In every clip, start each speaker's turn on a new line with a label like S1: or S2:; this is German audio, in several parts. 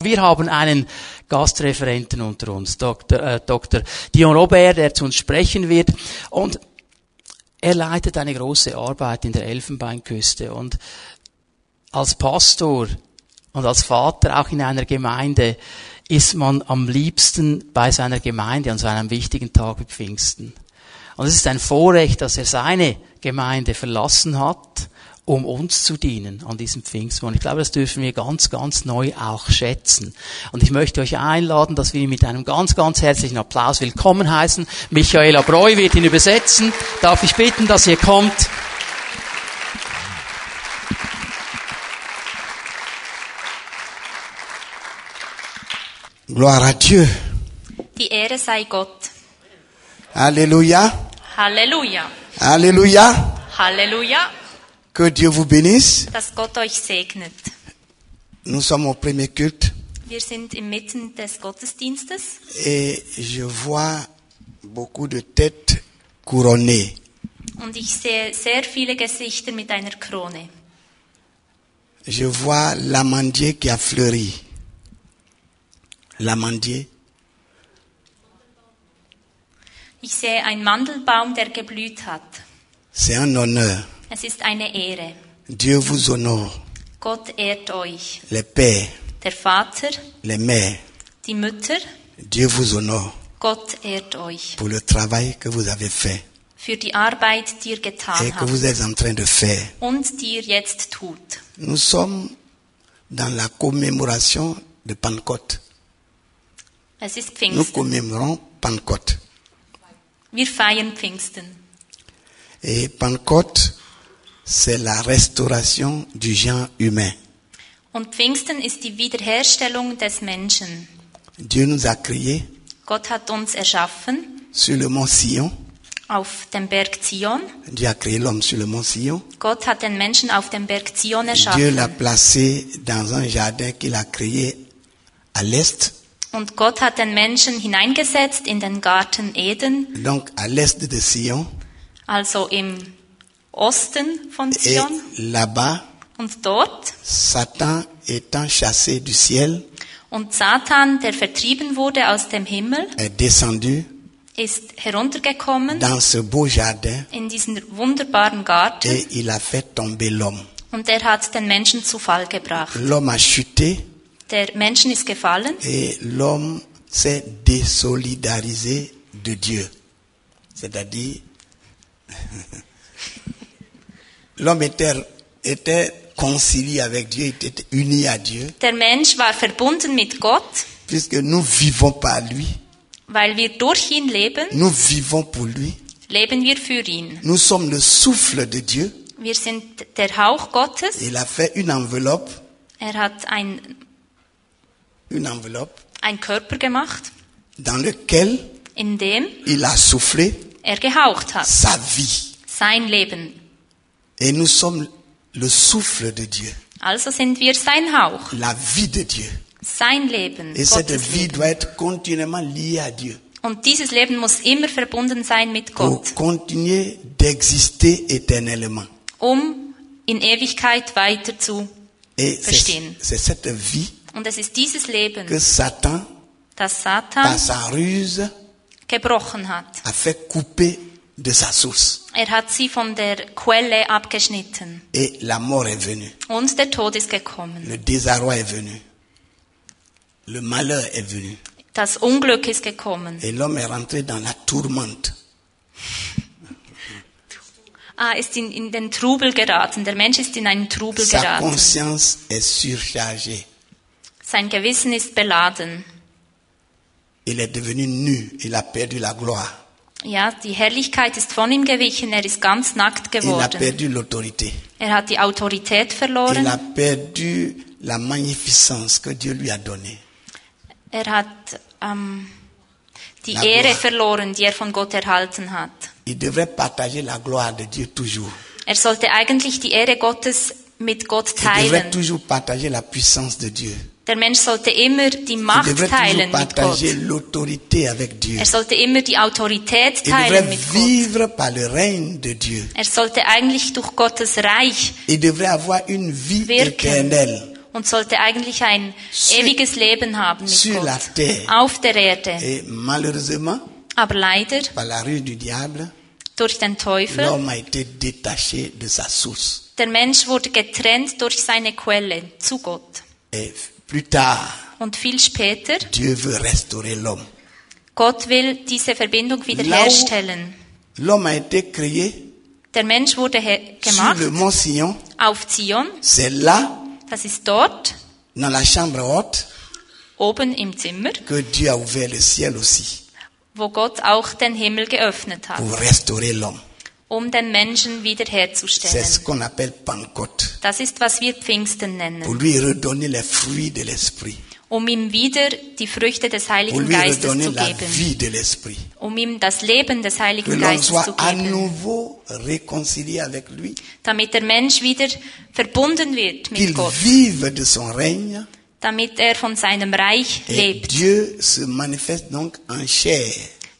S1: Wir haben einen Gastreferenten unter uns, Dr. Äh, Dr. Dion Robert, der zu uns sprechen wird. Und er leitet eine große Arbeit in der Elfenbeinküste. Und als Pastor und als Vater auch in einer Gemeinde ist man am liebsten bei seiner Gemeinde an so einem wichtigen Tag wie Pfingsten. Und es ist ein Vorrecht, dass er seine Gemeinde verlassen hat um uns zu dienen an diesem Pfingstmorgen. Ich glaube, das dürfen wir ganz, ganz neu auch schätzen. Und ich möchte euch einladen, dass wir ihn mit einem ganz, ganz herzlichen Applaus willkommen heißen. Michaela Breu wird ihn übersetzen. Darf ich bitten, dass ihr kommt?
S2: Gloire à Dieu.
S3: Die Ehre sei Gott.
S2: Alléluia.
S3: Halleluja.
S2: Alléluia.
S3: Halleluja.
S2: Que Dieu vous bénisse.
S3: Dass Gott euch segnet.
S2: Nous sommes au premier culte
S3: Wir sind inmitten des Gottesdienstes
S2: et je vois beaucoup de têtes couronnées.
S3: und ich sehe sehr viele Gesichter mit einer Krone.
S2: Je vois l'amandier qui a fleuri. L'amandier.
S3: Ich sehe einen Mandelbaum, der geblüht hat.
S2: C'est un honneur.
S3: Es ist eine Ehre.
S2: Dieu vous honore.
S3: Gott ehrt euch.
S2: Les pères,
S3: Der Vater,
S2: les mères.
S3: die Mütter,
S2: Dieu vous honore
S3: Gott ehrt euch
S2: pour le travail que vous avez fait
S3: für die Arbeit, die ihr
S2: et
S3: getan
S2: que
S3: habt
S2: vous êtes en train de faire.
S3: und die ihr jetzt tut.
S2: Nous sommes dans la commémoration de Pentecôte.
S3: Es ist
S2: Nous
S3: Pfingsten.
S2: commémorons Pentecôte.
S3: Wir feiern Pfingsten.
S2: Et Pentecôte, c'est la restauration du genre humain.
S3: Und Pfingsten ist die Wiederherstellung des Menschen.
S2: Dieu nous a créés
S3: Gott hat uns erschaffen
S2: sur le mont Sion.
S3: auf dem Berg Zion.
S2: Dieu a créé l'homme sur le mont Sion.
S3: Gott hat den Menschen auf dem Berg Zion
S2: Dieu l'a
S3: erschaffen.
S2: placé dans un jardin qu'il a créé à l'est,
S3: Und Gott hat den Menschen hineingesetzt in den Garten Eden,
S2: donc à l'est de Sion.
S3: also im Osten von
S2: Et
S3: Zion.
S2: là-bas,
S3: Und dort,
S2: Satan étant chassé du ciel,
S3: und Satan, der vertrieben wurde aus dem Himmel,
S2: est descendu
S3: ist heruntergekommen
S2: dans ce beau jardin
S3: in diesen wunderbaren Garten
S2: et il a fait tomber l'homme.
S3: und er hat den Menschen zu Fall gebracht.
S2: L'homme a chuté
S3: Der Menschen ist gefallen
S2: et l'homme s'est désolidarisé de Dieu. C'est-à-dire, l'homme était, était concilié avec Dieu, il était uni à Dieu,
S3: Der Mensch war verbunden mit Gott,
S2: puisque nous vivons par lui,
S3: weil wir durch ihn leben,
S2: nous vivons pour lui,
S3: leben wir für ihn.
S2: nous sommes le souffle de Dieu.
S3: Wir sind der Hauch Gottes.
S2: Il a fait une enveloppe,
S3: Er hat ein,
S2: une enveloppe
S3: ein Körper gemacht,
S2: dans laquelle
S3: in dem
S2: il a soufflé
S3: er gehaucht hat,
S2: sa vie.
S3: sein Leben.
S2: Et nous sommes le souffle de Dieu,
S3: Also sind wir sein Hauch,
S2: la vie de Dieu.
S3: sein Leben.
S2: Et cette
S3: Gottes
S2: vie doit être continuellement liée à Dieu
S3: Und dieses Leben muss immer verbunden sein mit
S2: pour
S3: Gott,
S2: continuer d'exister éternellement.
S3: um in Ewigkeit weiter zu.
S2: Et c'est
S3: Verstehen.
S2: c'est cette vie
S3: Und es ist dieses
S2: que
S3: Leben,
S2: Satan,
S3: das
S2: par
S3: Satan
S2: sa ruse,
S3: gebrochen hat.
S2: a fait couper de sa source.
S3: Er hat sie von der Quelle abgeschnitten.
S2: Et la mort est venue,
S3: Und der Tod ist gekommen.
S2: le désarroi est venu, le malheur est venu.
S3: Das Unglück ist gekommen.
S2: Et l'homme est rentré dans la tourmente.
S3: Ah, ist in, in den Trubel geraten. Der Mensch ist in einen Trubel
S2: Sa
S3: geraten.
S2: conscience est surchargée.
S3: Sein Gewissen ist beladen.
S2: Il est devenu nu, il a perdu la gloire,
S3: Ja, die Herrlichkeit ist von ihm gewichen. Er ist ganz nackt
S2: il a
S3: geworden.
S2: perdu l'autorité.
S3: Er hat die Autorität
S2: Il
S3: verloren.
S2: a perdu la magnificence que Dieu lui a donnée.
S3: Er hat ähm, die
S2: La
S3: Ehre
S2: gloire.
S3: verloren, die er von Gott erhalten hat.
S2: Il devrait partager la gloire de Dieu toujours.
S3: Er sollte eigentlich die Ehre Gottes mit Gott
S2: Il devrait
S3: teilen.
S2: toujours partager la puissance de Dieu.
S3: Der Mensch sollte immer die
S2: Il
S3: Macht
S2: devrait toujours
S3: teilen mit Gott.
S2: partager l'autorité avec Dieu.
S3: Er sollte immer die Autorität
S2: Il
S3: teilen
S2: devrait
S3: mit Gott.
S2: vivre par le règne de Dieu.
S3: Er sollte eigentlich durch Gottes Reich
S2: Il devrait avoir une vie
S3: wirken
S2: éternelle.
S3: und sollte eigentlich ein
S2: Sur-
S3: ewiges Leben haben mit
S2: sur la
S3: Gott.
S2: terre.
S3: Auf der Erde.
S2: Et malheureusement,
S3: Aber leider,
S2: par la ruse du diable,
S3: durch den Teufel,
S2: l'homme a été détaché de sa source.
S3: der Mensch wurde getrennt durch seine Quelle zu Gott.
S2: Et plus tard,
S3: Und viel später,
S2: Dieu veut restaurer l'homme.
S3: Gott will diese Verbindung wiederherstellen.
S2: L'homme a été créé
S3: Der Mensch wurde he-
S2: sur
S3: gemacht
S2: le mont Sion.
S3: auf Zion,
S2: C'est là,
S3: das ist dort,
S2: dans la chambre haute,
S3: oben im Zimmer,
S2: que Dieu a ouvert le ciel aussi
S3: wo Gott auch den Himmel geöffnet hat,
S2: pour restaurer l'homme.
S3: um den Menschen
S2: C'est ce
S3: wiederherzustellen.
S2: qu'on appelle Pentecôte.
S3: Das ist, was wir Pfingsten
S2: Pour
S3: nennen,
S2: lui redonner les fruits de l'esprit.
S3: um ihm wieder die Früchte des
S2: Pour
S3: Heiligen
S2: lui
S3: Geistes
S2: redonner
S3: zu
S2: la
S3: geben,
S2: vie de l'esprit.
S3: um ihm das Leben des
S2: Que
S3: Heiligen
S2: l'homme
S3: Geistes
S2: soit
S3: zu
S2: à
S3: geben,
S2: nouveau réconcilié avec lui.
S3: damit der Mensch wieder verbunden wird mit
S2: Qu'il
S3: Gott,
S2: vive de son règne.
S3: damit er von seinem Reich
S2: Et
S3: lebt,
S2: Dieu se manifeste donc en chair.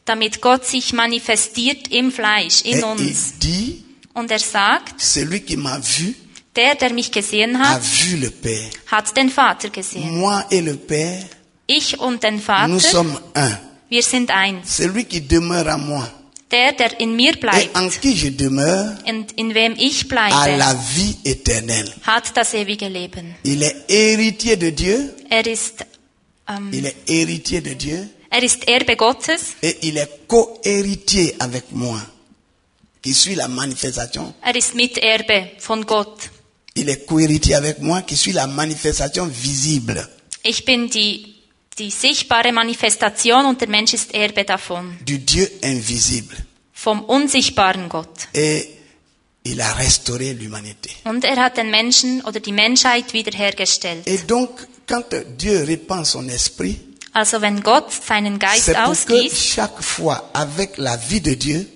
S3: damit Gott sich manifestiert im Fleisch,
S2: Et
S3: in uns.
S2: il dit,
S3: Und er sagt,
S2: celui qui m'a vu
S3: der, der mich gesehen
S2: a
S3: hat,
S2: vu le Père.
S3: hat den Vater gesehen.
S2: Moi et le Père,
S3: Ich und den
S2: nous
S3: Vater,
S2: sommes un.
S3: wir sind eins.
S2: Celui qui demeure à moi
S3: Der, der in mir
S2: et
S3: bleibt
S2: en qui je demeure
S3: und in wem ich
S2: a la
S3: bleibe,
S2: vie éternelle.
S3: hat das ewige Leben.
S2: Il est héritier de Dieu,
S3: Er ist, ähm,
S2: il est héritier de Dieu
S3: er ist Erbe Gottes,
S2: et il est co-héritier avec moi qui suis la manifestation.
S3: er ist Miterbe von Gott.
S2: Il est co-héritier avec moi qui suis la manifestation visible
S3: Ich bin die, die sichtbare Manifestation und der Mensch ist Erbe davon,
S2: du Dieu invisible.
S3: vom unsichtbaren Gott.
S2: Et il a restauré l'humanité.
S3: Und er hat den Menschen oder die Menschheit wiederhergestellt.
S2: Et donc, quand Dieu répand son esprit,
S3: Also wenn Gott seinen Geist
S2: c'est pour que
S3: ausgießt,
S2: chaque fois, avec la vie de Dieu,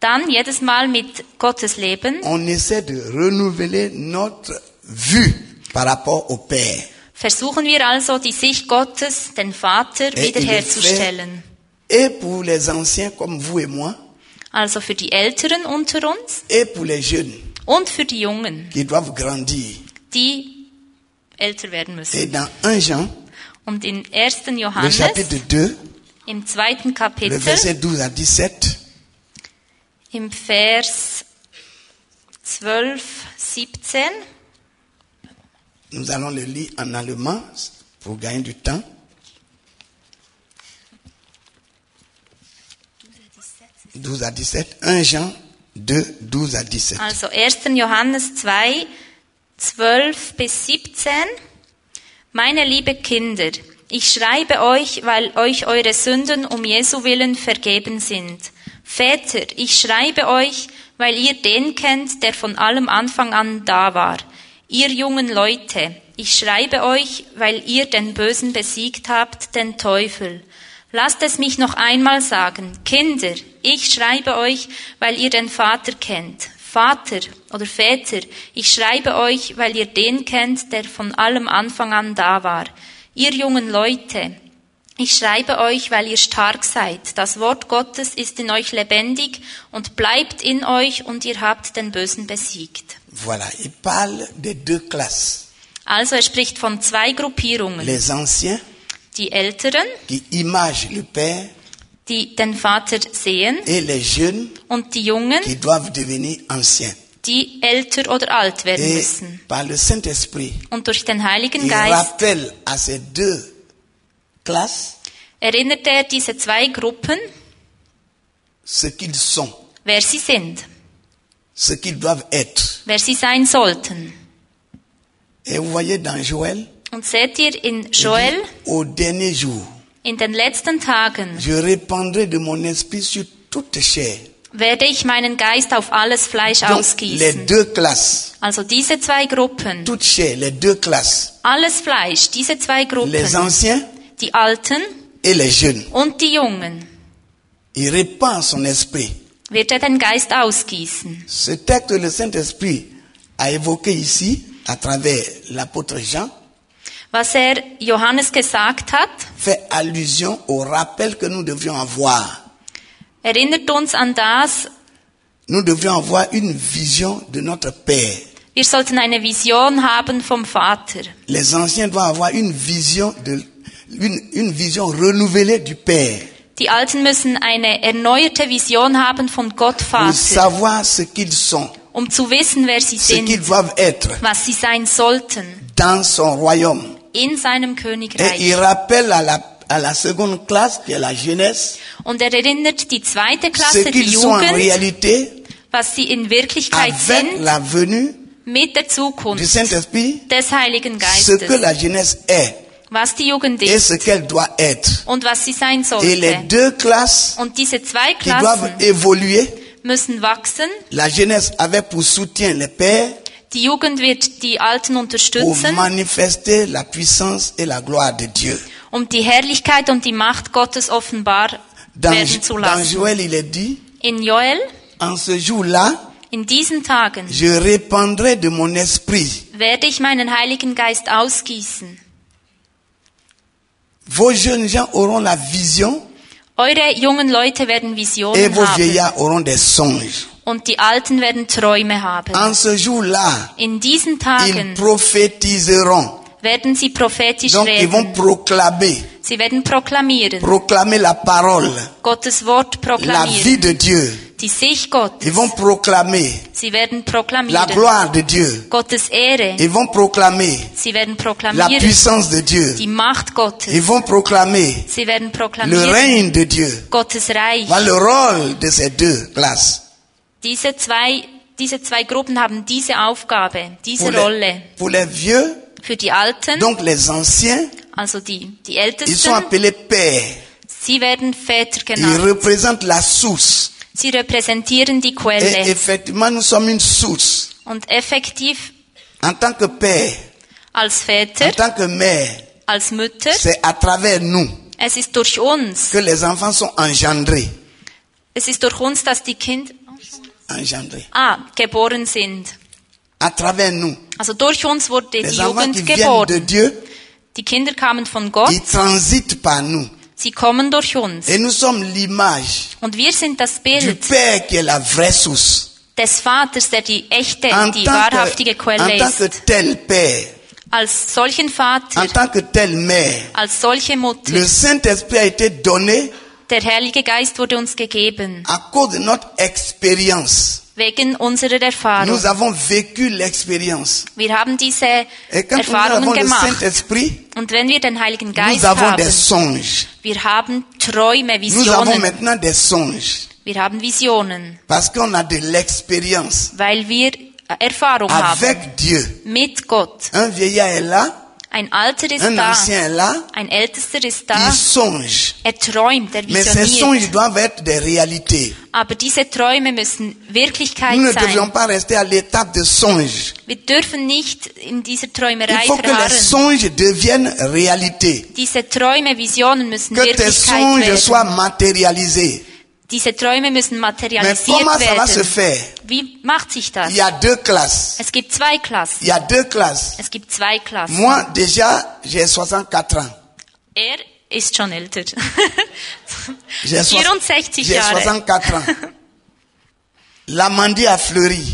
S3: dann jedes Mal mit Gottes Leben
S2: on essaie de renouveler notre vue par rapport au Père.
S3: versuchen wir also, die Sicht Gottes, den Vater,
S2: Äh,
S3: wiederherzustellen.
S2: Et pour les anciens comme vous et moi,
S3: Also für die Älteren unter uns
S2: et pour les jeunes
S3: und für die Jungen,
S2: qui doivent grandir.
S3: die älter werden müssen.
S2: Et dans 1 Jean,
S3: Und in 1.
S2: le
S3: Johannes,
S2: chapitre 2,
S3: im zweiten
S2: le
S3: Kapitel,
S2: verset 12 à 17,
S3: im Vers 12, 17,
S2: nous allons le lire en allemand pour gagner du temps. « 12 à 17, 1 Jean 2, 12 à 17.
S3: also 1. Johannes 2, 12 bis 17. Meine liebe Kinder, ich schreibe euch, weil euch eure Sünden um Jesu willen vergeben sind. Väter, ich schreibe euch, weil ihr den kennt, der von allem Anfang an da war. Ihr jungen Leute, ich schreibe euch, weil ihr den Bösen besiegt habt, den Teufel. Lasst es mich noch einmal sagen, Kinder, ich schreibe euch, weil ihr den Vater kennt. Vater oder Väter, ich schreibe euch, weil ihr den kennt, der von allem Anfang an da war. Ihr jungen Leute, ich schreibe euch, weil ihr stark seid. Das Wort Gottes ist in euch lebendig und bleibt in euch und ihr habt den Bösen besiegt.
S2: Voilà, il parle des deux classes.
S3: Also er spricht von zwei Gruppierungen.
S2: Les anciens
S3: Die Älteren,
S2: qui imagent le Père
S3: die den Vater sehen,
S2: et les jeunes
S3: und die Jungen,
S2: qui doivent devenir anciens.
S3: die älter oder alt werden
S2: Et
S3: müssen.
S2: par le Saint-Esprit,
S3: Und durch den Heiligen
S2: il
S3: Geist
S2: rappelle à ces deux classes
S3: erinnert er diese zwei Gruppen,
S2: ce qu'ils sont,
S3: wer sie sind,
S2: ce qu'ils doivent être.
S3: wer sie sein sollten.
S2: Et vous voyez dans Joël,
S3: Und seht ihr in
S2: il dit,
S3: Joel,
S2: au dernier jour,
S3: in den letzten Tagen
S2: je répandrai de mon esprit sur toute chair.
S3: werde ich meinen Geist auf alles Fleisch
S2: Donc, les
S3: ausgießen.
S2: deux classes,
S3: Also diese zwei Gruppen,
S2: toute chair, les deux classes,
S3: alles Fleisch, diese zwei
S2: les
S3: Gruppen,
S2: anciens
S3: die Alten
S2: et les jeunes.
S3: und die Jungen,
S2: Il répand son esprit.
S3: wird er den Geist ausgießen.
S2: Ce texte que le Saint-Esprit a évoqué ici, à travers l'apôtre Jean,
S3: Was er Johannes gesagt hat,
S2: fait allusion au rappel que nous devions avoir.
S3: erinnert uns an das,
S2: Nous devions avoir une vision de notre Père.
S3: Wir sollten eine Vision haben vom Vater.
S2: Les anciens doivent avoir une vision, de, une, une vision renouvelée du Père
S3: Die Alten müssen eine erneuerte Vision haben von Gott
S2: pour
S3: Vater,
S2: savoir ce qu'ils sont,
S3: um zu wissen, wer sie
S2: ce qu'ils
S3: sind,
S2: doivent être
S3: was sie sein sollten
S2: dans son royaume.
S3: in seinem
S2: Et il
S3: Königreich.
S2: rappelle à la, à la seconde classe, qui est la jeunesse,
S3: Und er erinnert die zweite
S2: ce
S3: Klasse, die
S2: qu'ils sont en
S3: Jugend,
S2: réalité
S3: was sie in Wirklichkeit
S2: avec
S3: sind
S2: la venue
S3: mit der
S2: du
S3: Zukunft
S2: Saint-Esprit,
S3: des Heiligen
S2: ce que
S3: Geistes,
S2: la jeunesse est
S3: was die Jugend
S2: et
S3: ist
S2: ce qu'elle doit être.
S3: und was sie sein
S2: Et les
S3: sollte.
S2: deux classes
S3: Und diese zwei
S2: qui doivent
S3: Klassen
S2: évoluer,
S3: müssen wachsen.
S2: la jeunesse avec pour soutien les pères,
S3: Die Jugend wird die Alten
S2: pour
S3: unterstützen,
S2: manifester la puissance et la gloire de Dieu.
S3: um die Herrlichkeit und die Macht Gottes offenbar
S2: Dans,
S3: werden zu
S2: dans
S3: lassen.
S2: Joël, il est dit,
S3: In Joel,
S2: en ce jour-là,
S3: in diesen Tagen
S2: je répandrai de mon esprit.
S3: werde ich meinen Heiligen Geist ausgießen.
S2: Vos jeunes gens auront la vision
S3: Eure jungen Leute werden
S2: et
S3: Visionen
S2: vos
S3: haben
S2: vieillards auront des songes.
S3: und die Alten werden Träume haben.
S2: En ce jour-là,
S3: In diesen
S2: ils
S3: Tagen
S2: prophétiseront.
S3: werden sie prophetisch
S2: Donc, ils vont
S3: reden.
S2: proclamer,
S3: Sie werden proklamieren,
S2: proclamer la parole,
S3: Gottes Wort
S2: la vie
S3: proklamieren,
S2: de Dieu.
S3: die Sicht Gottes.
S2: Ils vont proclamer
S3: Sie werden
S2: la
S3: proklamieren,
S2: gloire de Dieu.
S3: Gottes Ehre.
S2: Ils vont proclamer
S3: Sie werden
S2: la
S3: proklamieren,
S2: puissance de Dieu.
S3: die Macht Gottes.
S2: Ils vont proclamer
S3: Sie werden
S2: le
S3: proklamieren,
S2: règne de Dieu.
S3: Gottes Reich.
S2: Voilà le rôle de ces deux classes.
S3: Diese zwei, diese zwei Gruppen haben diese Aufgabe,
S2: Pour
S3: diese
S2: les,
S3: Rolle.
S2: pour les vieux,
S3: Für die Alten,
S2: donc les anciens,
S3: also die, die
S2: ils sont
S3: Ältesten,
S2: appelés pères.
S3: sie werden Väter
S2: Ils
S3: genannt.
S2: représentent la source.
S3: Sie repräsentieren die
S2: Et
S3: Quelle.
S2: effectivement, nous sommes une source.
S3: Und effektiv
S2: En tant que père,
S3: als
S2: en
S3: Väter,
S2: tant que mère,
S3: als Mütter,
S2: c'est à travers nous
S3: es ist durch uns,
S2: que les enfants sont engendrés.
S3: es ist durch uns, dass die Kinder
S2: Engendrés.
S3: ah, geboren sind.
S2: À travers nous.
S3: Also durch uns wurde die
S2: Les enfants qui
S3: Jugend
S2: viennent de
S3: geboren.
S2: Dieu,
S3: Die Kinder kamen von
S2: ils
S3: Gott,
S2: transitent par nous.
S3: sie kommen durch uns.
S2: Et nous sommes l'image
S3: Und wir sind das
S2: du
S3: Bild
S2: Père qui est la vraie source.
S3: des Vaters, der die echte,
S2: En
S3: die
S2: tant,
S3: wahrhaftige
S2: que,
S3: Quelle
S2: en tant que
S3: ist.
S2: tel Père,
S3: Als solchen
S2: en
S3: Vater,
S2: tant que telle Mère,
S3: als solche Mutter,
S2: le Saint-Esprit a été donné
S3: der Heilige Geist wurde uns gegeben,
S2: à cause de notre expérience.
S3: wegen unserer Erfahrung.
S2: Nous avons vécu l'expérience.
S3: Wir haben diese
S2: Et quand nous avons
S3: Erfahrungen
S2: le
S3: gemacht.
S2: Saint-Esprit,
S3: Und wenn wir den Heiligen Geist
S2: nous avons des
S3: haben,
S2: songes.
S3: wir haben Träume,
S2: Nous avons
S3: Visionen,
S2: maintenant des songes.
S3: wir haben Visionen,
S2: Parce qu'on a de l'expérience
S3: weil wir äh, Erfahrung haben
S2: avec Dieu.
S3: mit Gott.
S2: Un vieillard est là,
S3: Ein Alter ist
S2: un
S3: da,
S2: ancien est là,
S3: ein Ältester ist
S2: il
S3: da,
S2: songe.
S3: er träumt, er
S2: Mais ces songes
S3: visioniert.
S2: doivent être des réalités.
S3: Aber diese Träume müssen Wirklichkeit
S2: Nous ne devrions
S3: sein.
S2: pas rester à l'étape de songe.
S3: Wir dürfen nicht in dieser
S2: Il
S3: Träumerei
S2: faut que les
S3: verharren.
S2: songes deviennent réalité.
S3: Diese Träume, Visionen müssen
S2: Que tes
S3: Wirklichkeit
S2: songes soient
S3: werden.
S2: matérialisés.
S3: Diese Träume müssen
S2: Mais comment
S3: materialisiert
S2: ça va se
S3: werden.
S2: faire
S3: Wie macht sich das?
S2: Il y a deux classes.
S3: Es gibt zwei Klassen.
S2: Il y a deux classes.
S3: Es gibt zwei Klassen.
S2: Moi, déjà, j'ai 64 ans.
S3: Er ist schon älter.
S2: J'ai soix-
S3: 64
S2: j'ai
S3: Jahre.
S2: 64 ans. L'amandie a fleuri.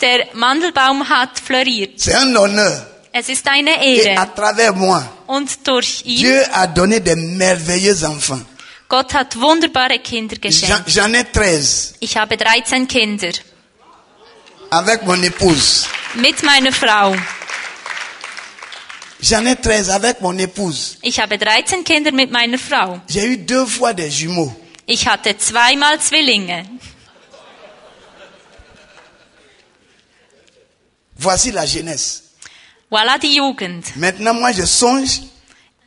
S3: Der Mandelbaum hat floriert.
S2: C'est un honneur.
S3: Es ist eine
S2: Et à
S3: Ehre.
S2: travers moi,
S3: Und durch ihn,
S2: Dieu a donné des merveilleux enfants.
S3: Gott hat wunderbare Kinder
S2: J'en
S3: geschenkt.
S2: j'en ai 13
S3: Ich habe 13 Kinder.
S2: avec mon épouse.
S3: Mit meiner Frau.
S2: J'en ai 13 avec mon épouse.
S3: Ich habe 13 Kinder mit meiner Frau.
S2: J'ai eu deux fois des jumeaux.
S3: Ich hatte zweimal Zwillinge.
S2: Voici la jeunesse.
S3: Voilà die Jugend.
S2: Maintenant, moi, je songe.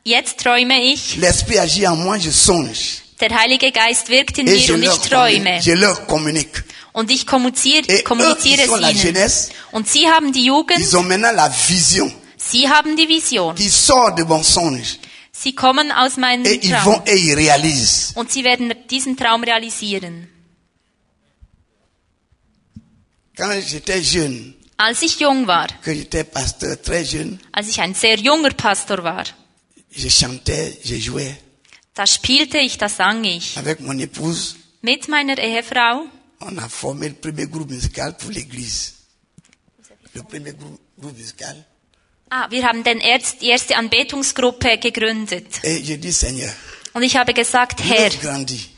S3: Jetzt träume ich.
S2: L'esprit agit en moi, je songe.
S3: Der Heilige Geist wirkt in
S2: Et je
S3: mir und
S2: leur,
S3: ich träume.
S2: communique, je leur communique.
S3: Und ich kommuniziere,
S2: Et eux,
S3: kommuniziere
S2: ils sont la
S3: es ihnen.
S2: jeunesse.
S3: Und sie haben die Jugend,
S2: Ils ont maintenant la vision
S3: sie haben die Vision.
S2: qui sort de mon songe.
S3: Sie kommen aus meinem
S2: Et ils
S3: Traum.
S2: vont et ils réalisent.
S3: Und sie werden diesen Traum realisieren.
S2: Quand j'étais jeune,
S3: Als ich jung war,
S2: que j'étais pasteur très jeune,
S3: als ich ein sehr junger Pastor war,
S2: je chantais, je jouais
S3: da spielte ich, da sang ich.
S2: avec mon épouse.
S3: Mit meiner Ehefrau,
S2: On a formé le premier groupe musical pour l'église. le premier groupe, groupe musical.
S3: Ah, wir haben den Erz- die erste Anbetungsgruppe gegründet.
S2: Et je dis, Seigneur,
S3: Und ich habe gesagt, Herr,
S2: l'œuvre grandit.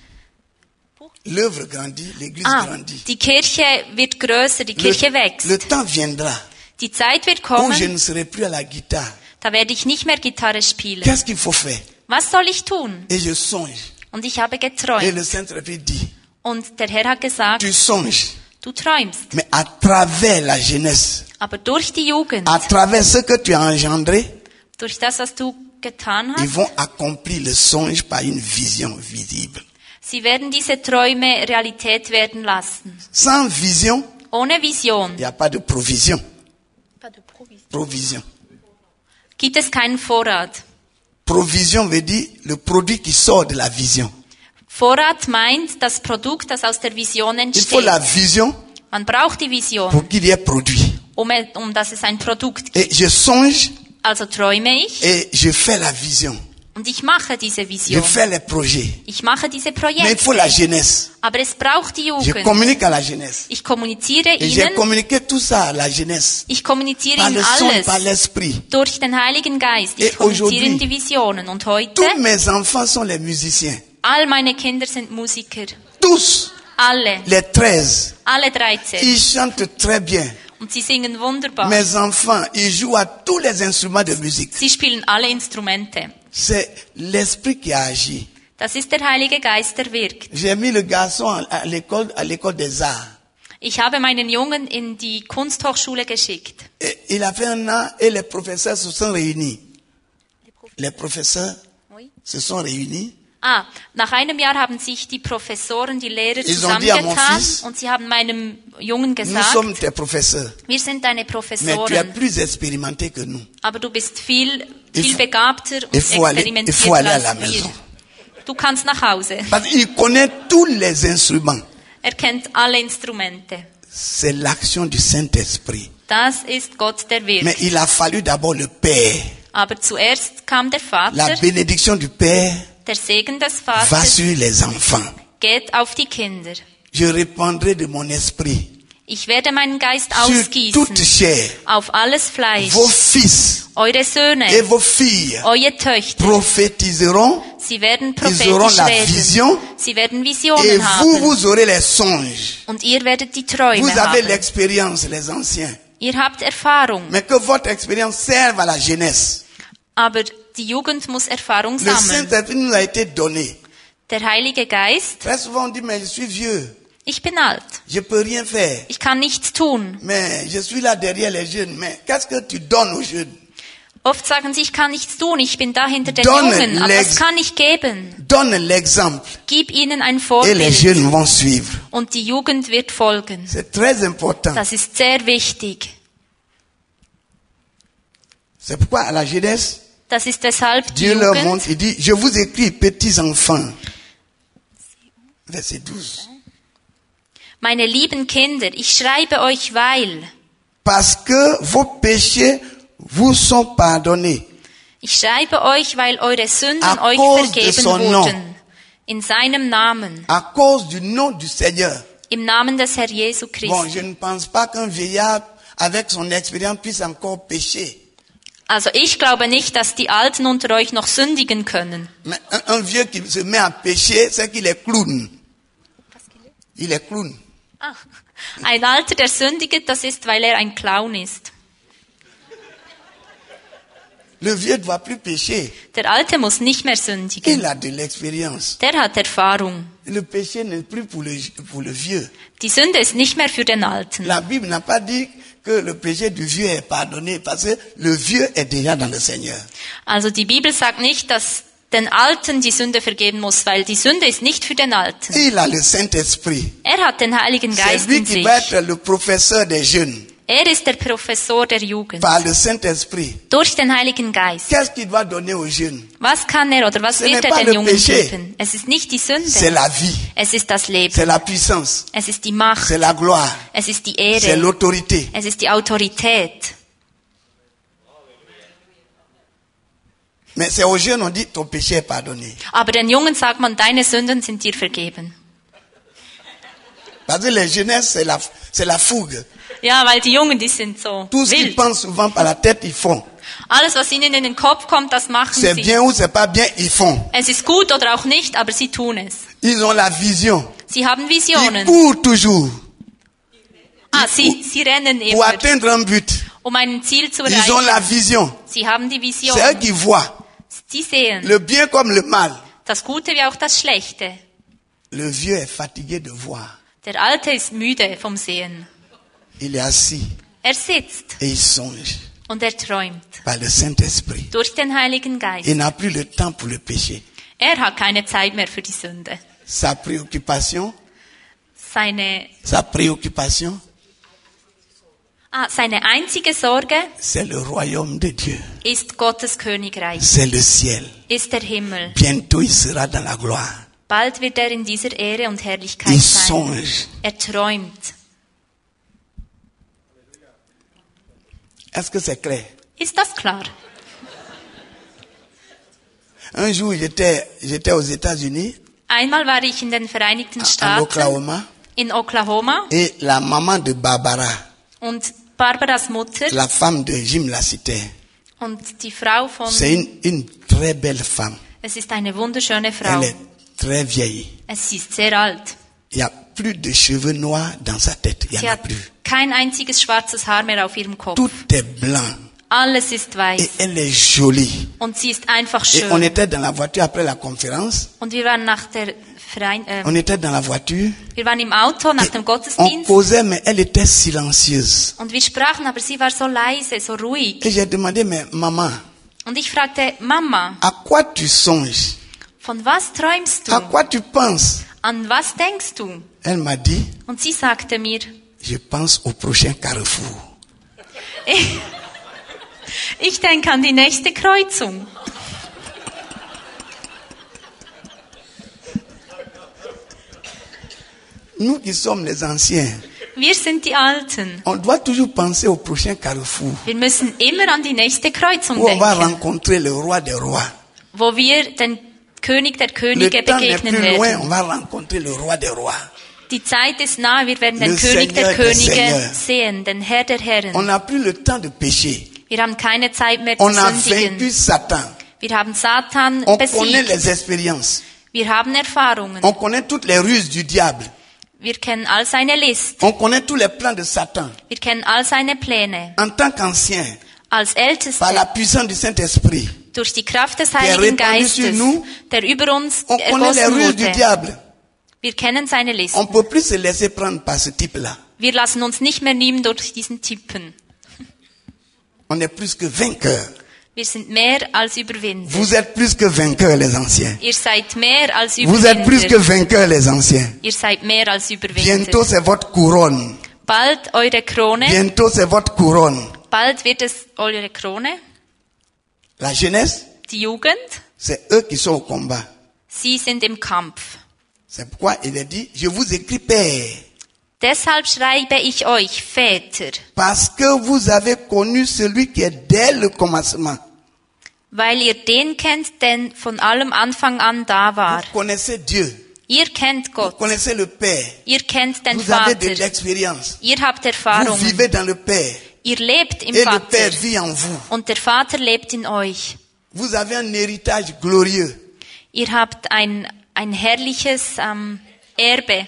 S2: L'œuvre grandit, l'église
S3: ah,
S2: grandit.
S3: die Kirche wird größer, die Kirche
S2: Le, le
S3: wächst.
S2: temps viendra
S3: Die Zeit wird
S2: où je
S3: kommen,
S2: ne serai plus à la guitare.
S3: da werde ich nicht mehr Gitarre spielen.
S2: Qu'est-ce qu'il faut faire
S3: Was soll ich tun?
S2: Et je songe.
S3: Und ich habe
S2: Et
S3: geträumt.
S2: le Saint-Esprit dit,
S3: Und der Herr hat gesagt,
S2: tu songes,
S3: du träumst,
S2: mais à travers la jeunesse,
S3: aber durch die Jugend,
S2: à travers ce que tu as engendré,
S3: durch das, was du getan
S2: ils
S3: hast,
S2: vont accomplir le songe par une vision visible.
S3: sie werden diese Träume Realität werden lassen.
S2: Sans vision,
S3: Ohne Vision
S2: il n'y a pas de provision. Provision.
S3: gibt es keinen Vorrat.
S2: Provision veut dire le produit qui sort de la vision.
S3: Vorrat meint das Produkt, das aus der Vision
S2: Il faut la
S3: entsteht.
S2: vision
S3: Man braucht die Vision,
S2: pour qu'il y ait produit.
S3: um, um dass es ein Produkt gibt.
S2: Et je songe
S3: Also träume ich
S2: et je fais la vision.
S3: und ich mache diese
S2: Je
S3: Vision.
S2: fais les projets.
S3: Ich mache diese
S2: Mais il faut
S3: Projekte.
S2: la jeunesse.
S3: Aber es braucht die
S2: Je
S3: Jugend.
S2: communique à la jeunesse.
S3: Ich kommuniziere
S2: Et j'ai
S3: ihnen,
S2: communiqué tout ça à la jeunesse.
S3: ich kommuniziere
S2: Par
S3: ihnen
S2: le son, par
S3: alles.
S2: l'esprit.
S3: Durch den Heiligen Geist.
S2: Et
S3: Ich kommuniziere
S2: Eh, aujourd'hui,
S3: ihnen die Visionen. Und heute,
S2: Tous mes enfants sont les musiciens.
S3: all meine Kinder sind Musiker.
S2: Tous
S3: Alle.
S2: les 13.
S3: Alle 13.
S2: Ils chantent très bien.
S3: Und sie singen wunderbar.
S2: Mes enfants, ils jouent à tous les instruments de musique.
S3: Sie spielen alle Instrumente.
S2: C'est l'esprit qui a agi.
S3: Das ist der Heilige Geist, der wirkt.
S2: J'ai mis le garçon à l'école, à l'école des arts.
S3: Ich habe meinen Jungen in die Kunsthochschule geschickt.
S2: Et il a fait un an et les professeurs se sont réunis. Les professeurs se sont réunis.
S3: Ah, nach einem Jahr haben sich die Professoren, die Lehrer
S2: Ils ont dit à mon
S3: zusammengetan
S2: fils,
S3: und sie haben meinem Jungen
S2: Nous
S3: gesagt,
S2: sommes tes professeurs,
S3: wir sind deine
S2: mais tu es
S3: Professoren,
S2: plus expérimenté que nous.
S3: aber du bist viel,
S2: Il
S3: viel
S2: faut-
S3: begabter und
S2: il faut aller- il faut
S3: experimentierter
S2: aller à la
S3: als wir.
S2: maison.
S3: Du kannst nach Hause.
S2: Parce qu'il connaît tous les instruments.
S3: Er kennt alle Instrumente.
S2: C'est l'action du Saint-Esprit.
S3: Das ist Gott, der
S2: Mais
S3: wirkt.
S2: il a fallu d'abord le Père.
S3: Aber zuerst kam der
S2: La
S3: Vater,
S2: bénédiction du Père
S3: der Segen des
S2: va
S3: Vaters
S2: sur les enfants.
S3: geht auf die Kinder.
S2: Je répandrai de mon esprit
S3: Ich werde meinen Geist
S2: sur toute
S3: ausgießen
S2: chair.
S3: auf alles Fleisch.
S2: Vos fils
S3: Eure
S2: et
S3: Söhne,
S2: vos filles
S3: eure Töchter,
S2: prophétiseront
S3: sie werden
S2: auront
S3: prophetisch
S2: la
S3: reden.
S2: vision
S3: Sie werden
S2: et
S3: Visionen
S2: vous,
S3: haben.
S2: vous aurez les songes.
S3: Und ihr werdet die Träume
S2: Vous avez
S3: haben.
S2: l'expérience, les anciens.
S3: Ihr habt Erfahrung,
S2: Mais que votre expérience serve à la jeunesse.
S3: aber die Jugend muss Erfahrung
S2: Le
S3: sammeln.
S2: Saint-Esprit nous a été donné.
S3: Der Heilige Geist,
S2: Très souvent, on dit, mais je suis vieux.
S3: ich bin alt.
S2: Je peux rien faire.
S3: Ich kann nichts tun.
S2: Mais je suis là derrière les jeunes. Mais qu'est-ce que tu donnes aux jeunes?
S3: Oft sagen sie, ich kann nichts tun, ich bin da hinter den
S2: Donne
S3: Jungen, aber
S2: legs-
S3: das kann ich geben.
S2: Donne l'exemple.
S3: Gib ihnen ein
S2: Et les
S3: Vorbild
S2: jeunes vont suivre.
S3: und die Jugend wird folgen.
S2: C'est très important.
S3: Das ist sehr wichtig.
S2: C'est pourquoi à la jeunesse,
S3: Das ist weshalb die
S2: Dieu leur montre,
S3: Jugend,
S2: il dit, je vous écris, petits enfants. Verset 12.
S3: meine lieben Kinder, ich schreibe euch, weil,
S2: Parce que vos péchés vous sont pardonnés.
S3: ich schreibe euch, weil eure Sünden
S2: À
S3: euch
S2: cause de
S3: vergeben
S2: son nom.
S3: wurden. In seinem Namen,
S2: À cause du nom du Seigneur.
S3: im Namen des Herr Jesu
S2: Bon,
S3: Christi.
S2: je ne pense pas qu'un vieillard, avec son expérience, puisse encore pécher.
S3: Also ich glaube nicht, dass die Alten unter euch noch sündigen können.
S2: Mais un, un vieux qui se met à pécher, c'est qu'il est clown. Il est clown.
S3: Ah, Ein Alter, der sündigt, das ist, weil er ein Clown ist.
S2: Le vieux ne doit plus pécher.
S3: Der Alte muss nicht mehr sündigen.
S2: Il a de l'expérience.
S3: Der hat Erfahrung.
S2: Le péché n'est plus pour le, pour le vieux.
S3: Die Sünde ist nicht mehr für den Alten.
S2: La Bible n'a pas dit que le péché du vieux est pardonné parce que le vieux est déjà dans le Seigneur.
S3: Also die Bibel sagt nicht, dass den Alten die Sünde vergeben muss, weil die Sünde ist nicht für den Alten.
S2: Il a le Saint-Esprit.
S3: Er hat den Heiligen
S2: C'est
S3: Geist
S2: lui
S3: in
S2: qui
S3: sich.
S2: va être le professeur des jeunes
S3: Er ist der Professor der Jugend.
S2: par le Saint-Esprit.
S3: Durch den Heiligen Geist.
S2: Qu'est-ce qu'il doit donner aux jeunes
S3: Was kann er oder was
S2: Ce n'est
S3: wird
S2: pas
S3: er
S2: le
S3: den Jungen
S2: péché.
S3: geben? Es ist nicht die
S2: C'est
S3: Sünde.
S2: la vie,
S3: Es ist das Leben.
S2: c'est la puissance,
S3: Es ist die Macht.
S2: c'est la gloire,
S3: Es ist die
S2: c'est
S3: Ehre.
S2: l'autorité.
S3: Es ist die Autorität.
S2: Mais c'est aux jeunes on dit ton péché est pardonné.
S3: Aber den Jungen sagt man, deine Sünden sind dir vergeben.
S2: Parce que les jeunes c'est la c'est la fougue,
S3: Ja, weil die Jungen, die sind so
S2: Tout ce qu'ils
S3: wild.
S2: pensent souvent par la tête, ils font.
S3: Alles, was ihnen in den Kopf kommt, das machen
S2: C'est
S3: sie.
S2: bien ou c'est pas bien, ils font.
S3: Es ist gut oder auch nicht, aber sie tun es.
S2: Ils ont la vision.
S3: Sie haben
S2: Ils
S3: Visionen.
S2: courent toujours
S3: Ah, sie, sie rennen
S2: pour
S3: immer,
S2: atteindre un but.
S3: um ein Ziel zu
S2: Ils ont la
S3: erreichen.
S2: vision.
S3: Sie haben die Vision.
S2: C'est eux qui voient
S3: Sie sehen
S2: le bien comme le mal.
S3: das Gute wie auch das Schlechte.
S2: Le vieux est fatigué de voir.
S3: Der Alte ist müde vom Sehen.
S2: Il est assis
S3: Er sitzt
S2: et il songe
S3: und er träumt.
S2: par le Saint-Esprit.
S3: Durch den Heiligen Geist.
S2: Il n'a plus le temps pour le péché.
S3: Er hat keine Zeit mehr für die Sünde.
S2: Sa préoccupation,
S3: Seine,
S2: sa préoccupation,
S3: ah, seine einzige Sorge
S2: c'est le royaume de Dieu.
S3: ist Gottes Königreich,
S2: C'est le ciel.
S3: ist der Himmel.
S2: Bientôt il sera dans la gloire.
S3: Bald wird er in dieser Ehre und Herrlichkeit
S2: Il
S3: sein.
S2: songe.
S3: Er träumt.
S2: Est-ce que c'est clair?
S3: Ist das klar?
S2: Un jour, j'étais, j'étais aux États-Unis,
S3: Einmal war ich in den Vereinigten
S2: en
S3: Staaten,
S2: Oklahoma,
S3: in Oklahoma,
S2: et la maman de Barbara,
S3: und Barbaras Mutter
S2: la femme de Jim Lassiter,
S3: und die Frau von,
S2: c'est une, une très belle femme.
S3: es ist eine wunderschöne Frau.
S2: Elle est très vieille.
S3: Es ist sehr alt.
S2: Il n'y a plus de cheveux noirs dans sa tête. Il n'y
S3: Sie
S2: en a
S3: hat
S2: plus.
S3: kein einziges schwarzes Haar mehr auf ihrem Kopf.
S2: Tout est blanc.
S3: Alles ist
S2: Et
S3: weiß.
S2: elle est jolie.
S3: Und sie ist einfach
S2: Et on
S3: schön.
S2: était dans la voiture après la conférence.
S3: Und wir waren nach der Verein,
S2: On
S3: äh,
S2: était dans la voiture.
S3: wir waren im Auto nach
S2: Et
S3: dem
S2: on
S3: Gottesdienst
S2: causait, mais elle était silencieuse.
S3: und wir sprachen, aber sie war so leise, so ruhig.
S2: Et j'ai demandé, mais maman,
S3: Und ich fragte, Mama,
S2: à quoi tu songes
S3: von was träumst
S2: À
S3: du?
S2: quoi tu penses
S3: An was denkst du?
S2: Elle m'a dit,
S3: Und sie sagte mir,
S2: je pense au prochain carrefour.
S3: ich, ich denke an die nächste Kreuzung.
S2: Nous qui sommes les anciens,
S3: Wir sind die Alten.
S2: on doit toujours penser au prochain carrefour
S3: Wir müssen immer an die nächste Kreuzung
S2: où on va
S3: denken,
S2: rencontrer le roi des rois.
S3: wo wir den König der
S2: Le
S3: Könige
S2: temps n'est
S3: begegnen
S2: plus loin,
S3: werden.
S2: on va rencontrer le roi des rois.
S3: Die Zeit ist nah, wir werden den
S2: Le
S3: König der
S2: Seigneur des
S3: Könige
S2: Seigneurs.
S3: sehen, den Herr der
S2: On
S3: Herren.
S2: n'a plus le temps de pécher.
S3: Wir haben keine Zeit mehr zu
S2: On a vaincu
S3: sündigen.
S2: Satan.
S3: Wir haben Satan
S2: On connaît
S3: besiegt.
S2: les expériences.
S3: Wir haben Erfahrungen.
S2: On connaît toutes les ruses du diable.
S3: Wir kennen all seine List.
S2: On connaît tous les plans de Satan.
S3: Wir kennen all seine Pläne.
S2: En tant qu'ancien,
S3: Als
S2: par
S3: Älteste,
S2: la puissance du Saint-Esprit,
S3: durch die Kraft des
S2: est
S3: Heiligen
S2: répandu sur
S3: Geistes,
S2: nous.
S3: der über uns
S2: on connaît les
S3: ergossen
S2: ruses du
S3: wurde.
S2: diable.
S3: Wir kennen seine List.
S2: On ne peut plus se laisser prendre par ce type-là.
S3: Wir lassen uns nicht mehr nehmen durch diesen Typen.
S2: On est plus que vainqueur.
S3: Wir sind mehr als Überwinder.
S2: Vous êtes plus que vainqueur, les anciens.
S3: Ihr seid mehr als
S2: Vous êtes plus que
S3: Überwinder.
S2: vainqueur, les anciens.
S3: Ihr seid mehr als Überwinder.
S2: Bientôt, c'est votre couronne.
S3: Bald eure Krone,
S2: Bientôt, c'est votre couronne.
S3: bald wird es eure Krone.
S2: La jeunesse,
S3: Die Jugend,
S2: c'est eux qui sont au combat.
S3: sie sind im Kampf.
S2: C'est pourquoi il est dit, je vous écris père,
S3: Deshalb schreibe ich euch, Väter,
S2: parce que vous avez connu celui qui est dès le commencement.
S3: weil ihr den kennt, der von allem Anfang an da war.
S2: Vous connaissez Dieu,
S3: Ihr kennt
S2: vous
S3: Gott,
S2: connaissez le Père,
S3: ihr kennt den
S2: vous avez de
S3: Vater,
S2: l'expérience,
S3: ihr habt
S2: vous
S3: Erfahrungen,
S2: vivez dans le Père,
S3: ihr lebt im
S2: et le
S3: Vater
S2: Père vit en vous.
S3: und der Vater lebt in euch.
S2: Vous avez un héritage glorieux
S3: Ihr habt ein, ein herrliches ähm, Erbe,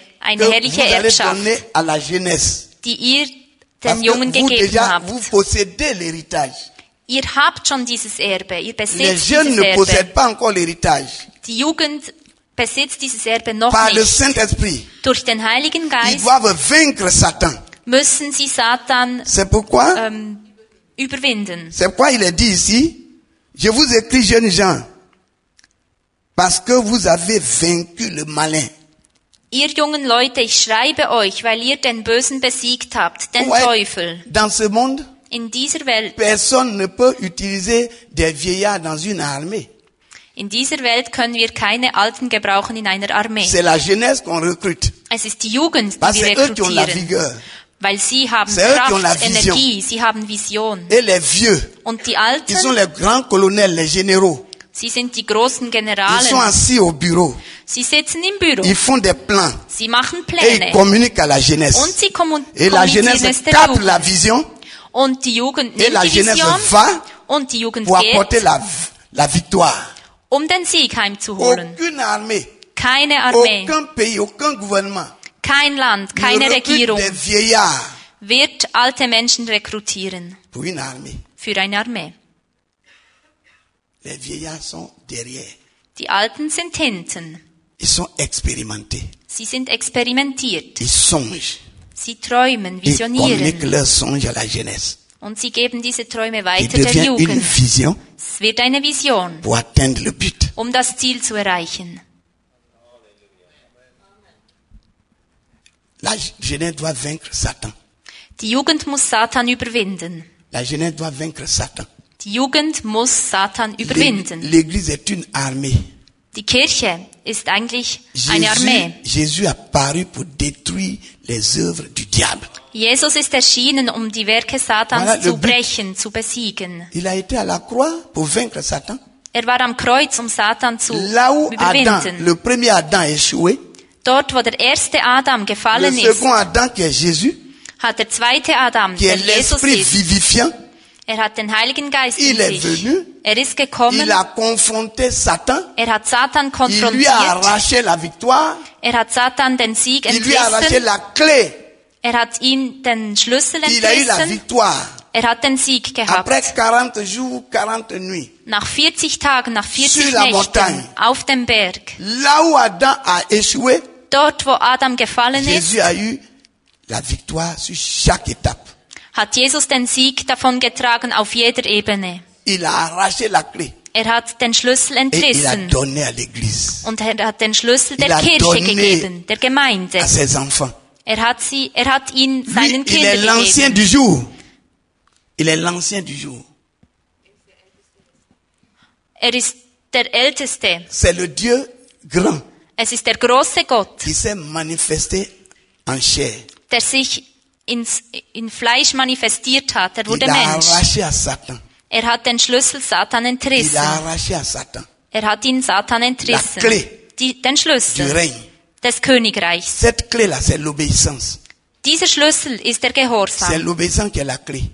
S2: que
S3: eine herrliche
S2: vous allez
S3: Erbschaft,
S2: donner à la jeunesse.
S3: die ihr
S2: Parce
S3: den Jungen
S2: que vous
S3: gegeben
S2: déjà,
S3: habt.
S2: vous possédez l'héritage.
S3: Ihr habt schon dieses Erbe, ihr
S2: Les
S3: besitzt
S2: jeunes
S3: dieses
S2: ne
S3: Erbe.
S2: possèdent pas encore l'héritage.
S3: Die Jugend besitzt dieses Erbe noch
S2: Par le
S3: nicht.
S2: Saint-Esprit,
S3: Durch den Heiligen
S2: ils
S3: Geist
S2: doivent vaincre Satan.
S3: müssen sie Satan
S2: C'est pourquoi,
S3: ähm, überwinden.
S2: c'est pourquoi il est dit ici, je vous écris jeunes gens, parce que vous avez vaincu le malin.
S3: Ihr jungen Leute, ich schreibe euch, weil ihr den Bösen besiegt habt, den
S2: Ouais.
S3: Teufel.
S2: Dans ce monde,
S3: In dieser Welt,
S2: personne ne peut utiliser des vieillards dans une armée.
S3: in dieser Welt können wir keine Alten gebrauchen in einer Armee.
S2: C'est la jeunesse qu'on recrute.
S3: Es ist die Jugend, die
S2: Parce que
S3: wir
S2: c'est eux qui ont la
S3: rekrutieren,
S2: vigueur.
S3: weil sie haben
S2: C'est eux qui ont la
S3: Kraft,
S2: vision.
S3: Energie, sie haben Vision.
S2: Et les vieux,
S3: Und die
S2: qui sont
S3: Alten,
S2: les grands colonels, les généraux,
S3: sie sind die großen
S2: ils sont
S3: Generalen,
S2: assis au bureau.
S3: Sie sitzen im Büro.
S2: Ils font des plans
S3: Sie machen
S2: et ils
S3: Pläne.
S2: communiquent à la jeunesse.
S3: Und sie kommun-
S2: Et la jeunesse
S3: kommunizieren es der
S2: capte la
S3: Jugend.
S2: vision
S3: Und die Jugend
S2: et
S3: nimmt
S2: la
S3: die
S2: jeunesse
S3: Vision.
S2: va
S3: Und die Jugend
S2: pour apporter
S3: geht,
S2: la, v- la victoire.
S3: um den Sieg heimzuholen.
S2: Aucune armée,
S3: Keine Armee,
S2: aucun pays, aucun gouvernement
S3: kein Land,
S2: ne
S3: keine
S2: recrute
S3: Regierung
S2: des vieillards
S3: wird alte Menschen rekrutieren
S2: pour une armée.
S3: für eine Armee.
S2: Les vieillards sont derrière.
S3: Die Alten sind hinten.
S2: Ils sont expérimentés.
S3: Sie sind experimentiert.
S2: Ils songent.
S3: Sie träumen,
S2: Ils communiquent
S3: visionieren.
S2: leurs songes à la jeunesse.
S3: Und sie geben diese Träume
S2: Il
S3: weiter der
S2: devient une
S3: Jugend.
S2: vision
S3: Es wird eine Vision,
S2: pour atteindre le but.
S3: um das Ziel zu erreichen.
S2: La jeunesse doit vaincre Satan.
S3: Die Jugend muss Satan überwinden.
S2: La jeunesse doit vaincre Satan.
S3: Die Jugend muss Satan
S2: L'Église
S3: überwinden.
S2: l'Église est une armée.
S3: Die Kirche ist eigentlich eine
S2: Jésus,
S3: Armee.
S2: Jésus a paru pour détruire les œuvres du diable.
S3: Jesus ist erschienen, um die Werke
S2: Voilà,
S3: Satans
S2: le
S3: zu
S2: but.
S3: brechen, zu besiegen.
S2: Il a été à la croix pour vaincre Satan.
S3: Er war am Kreuz, um Satan zu
S2: Là où Adam,
S3: überwinden.
S2: le premier Adam a échoué,
S3: Dort, wo der erste Adam
S2: le
S3: gefallen ist,
S2: second Adam qui est Jésus,
S3: hat der zweite Adam,
S2: qui est
S3: der Jesus
S2: l'esprit
S3: ist,
S2: vivifiant,
S3: er hat den Heiligen Geist in
S2: Il est
S3: sich.
S2: venu.
S3: Er ist gekommen,
S2: il a confronté Satan,
S3: er hat Satan
S2: il lui a
S3: konfrontiert,
S2: arraché la victoire,
S3: er hat Satan den Sieg
S2: il lui a arraché
S3: entrissen,
S2: la clé,
S3: er hat ihm den Schlüssel
S2: il a eu la
S3: entrissen,
S2: victoire.
S3: er hat den Sieg gehabt.
S2: Après 40 jours, 40 nuits,
S3: Nach 40 Tagen, nach 40
S2: Sur la
S3: Nächten,
S2: montagne.
S3: auf dem Berg,
S2: là où Adam a échoué,
S3: dort, wo Adam gefallen ist,
S2: Jésus a eu la victoire sur chaque étape.
S3: hat Jesus den Sieg davongetragen auf jeder Ebene.
S2: Il a arraché la clé
S3: Er hat den Schlüssel
S2: et il a
S3: entrissen.
S2: donné à l'Église,
S3: Und er hat den Schlüssel
S2: Il a
S3: der Kirche
S2: donné
S3: gegeben, der Gemeinde.
S2: à ses enfants.
S3: Er hat sie, er hat ihn
S2: Also- Lui,
S3: seinen
S2: il est
S3: Kindern
S2: l'ancien
S3: gegeben.
S2: du jour. Il est l'ancien du jour.
S3: Er ist der Älteste.
S2: C'est le Dieu grand
S3: Es ist der große Gott,
S2: qui s'est manifesté en chair.
S3: der sich ins, in Fleisch manifestiert hat. Er
S2: Il
S3: wurde
S2: a
S3: Mensch.
S2: arraché à Satan.
S3: Er hat den Schlüssel Satan
S2: Il a
S3: entrissen.
S2: arraché à Satan
S3: Er hat ihn Satan
S2: La
S3: entrissen.
S2: clé.
S3: Die, den
S2: du
S3: Schlüssel
S2: règne.
S3: des Königreichs.
S2: Cette clé-là, c'est l'obéissance.
S3: Dieser Schlüssel ist der
S2: C'est
S3: Gehorsam.
S2: l'obéissance qui est la clé.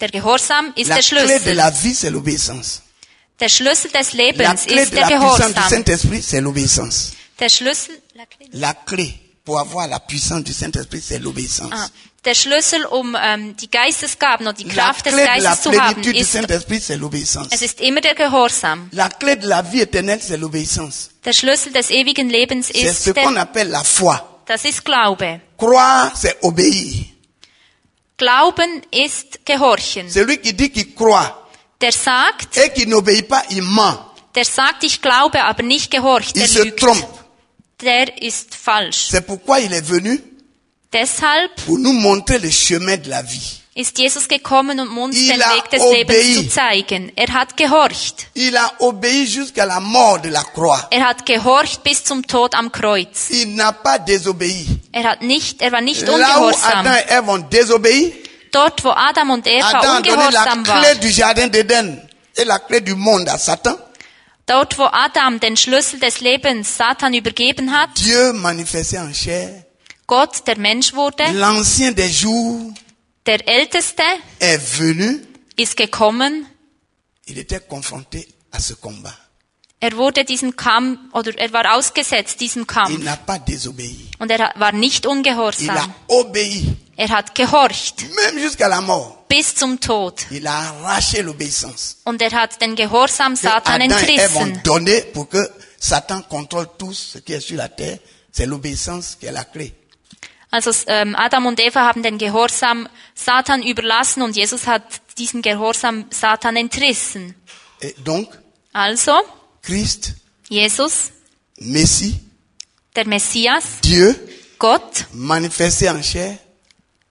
S3: Der Gehorsam ist
S2: La
S3: der
S2: clé de
S3: Schlüssel.
S2: la vie, c'est l'obéissance.
S3: Der Schlüssel des
S2: La
S3: Lebens
S2: clé
S3: ist
S2: de
S3: der
S2: la puissance du
S3: Gehorsam.
S2: Saint-Esprit, c'est l'obéissance.
S3: Der Schlüssel, La clé.
S2: La clé pour avoir la puissance du Saint-Esprit, c'est l'obéissance.
S3: Ah, der Schlüssel, um ähm, die Geistesgaben und die
S2: La
S3: Kraft des
S2: clé de la
S3: Geistes zu haben,
S2: plénitude du
S3: ist,
S2: Saint-Esprit, c'est l'obéissance.
S3: es ist immer der Gehorsam.
S2: La clé de la vie éternelle, c'est l'obéissance.
S3: Der Schlüssel des ewigen Lebens
S2: C'est
S3: ist,
S2: ce qu'on
S3: der,
S2: appelle la foi.
S3: das ist Glaube.
S2: Croire, c'est obéir.
S3: Glauben ist Gehorchen.
S2: Celui qui dit qu'il croit
S3: Der sagt,
S2: et qui n'obéit pas, il ment.
S3: der sagt, ich glaube, aber nicht gehorcht,
S2: Il
S3: der
S2: se
S3: lügt.
S2: trompe.
S3: Der ist falsch.
S2: C'est pourquoi il est venu
S3: Deshalb
S2: pour nous montrer le chemin de la vie.
S3: ist Jesus gekommen, um uns
S2: Il
S3: den
S2: a
S3: Weg des
S2: obéi.
S3: Lebens zu zeigen. Er hat gehorcht.
S2: Il a obéi jusqu'à la mort de la croix.
S3: Er hat gehorcht bis zum Tod am Kreuz.
S2: Il n'a pas désobéi.
S3: Er hat nicht, er war nicht
S2: Là où
S3: ungehorsam.
S2: Adam et Ève ont désobéi,
S3: Dort, wo Adam und Eva
S2: Adam a donné la
S3: ungehorsam waren,
S2: clé du jardin d'Éden et la clé du monde à Satan.
S3: dort, wo Adam den Schlüssel des Lebens Satan übergeben hat,
S2: Dieu manifesté en chair,
S3: Gott, der Mensch wurde,
S2: l'ancien des jours
S3: der Älteste,
S2: est venu.
S3: ist gekommen.
S2: Il était confronté à ce combat.
S3: Er wurde diesem Kampf, oder er war ausgesetzt diesem
S2: Il
S3: Kampf.
S2: n'a pas désobéi.
S3: Und er war nicht
S2: Il a
S3: ungehorsam.
S2: obéi,
S3: Er hat gehorcht
S2: même jusqu'à la mort.
S3: bis zum Tod.
S2: Il a arraché l'obéissance.
S3: Und er hat den Gehorsam
S2: que
S3: Satan
S2: Adam et Ève ont
S3: entrissen.
S2: donné pour que Satan contrôle tout ce qui est sur la terre. C'est l'obéissance qui est la clé.
S3: Also ähm, Adam und Eva haben den Gehorsam Satan überlassen und Jesus hat diesen Gehorsam Satan entrissen.
S2: Et donc,
S3: Also,
S2: Christ,
S3: Jesus,
S2: Messie,
S3: der Messias,
S2: Dieu,
S3: Gott,
S2: manifesté en chair,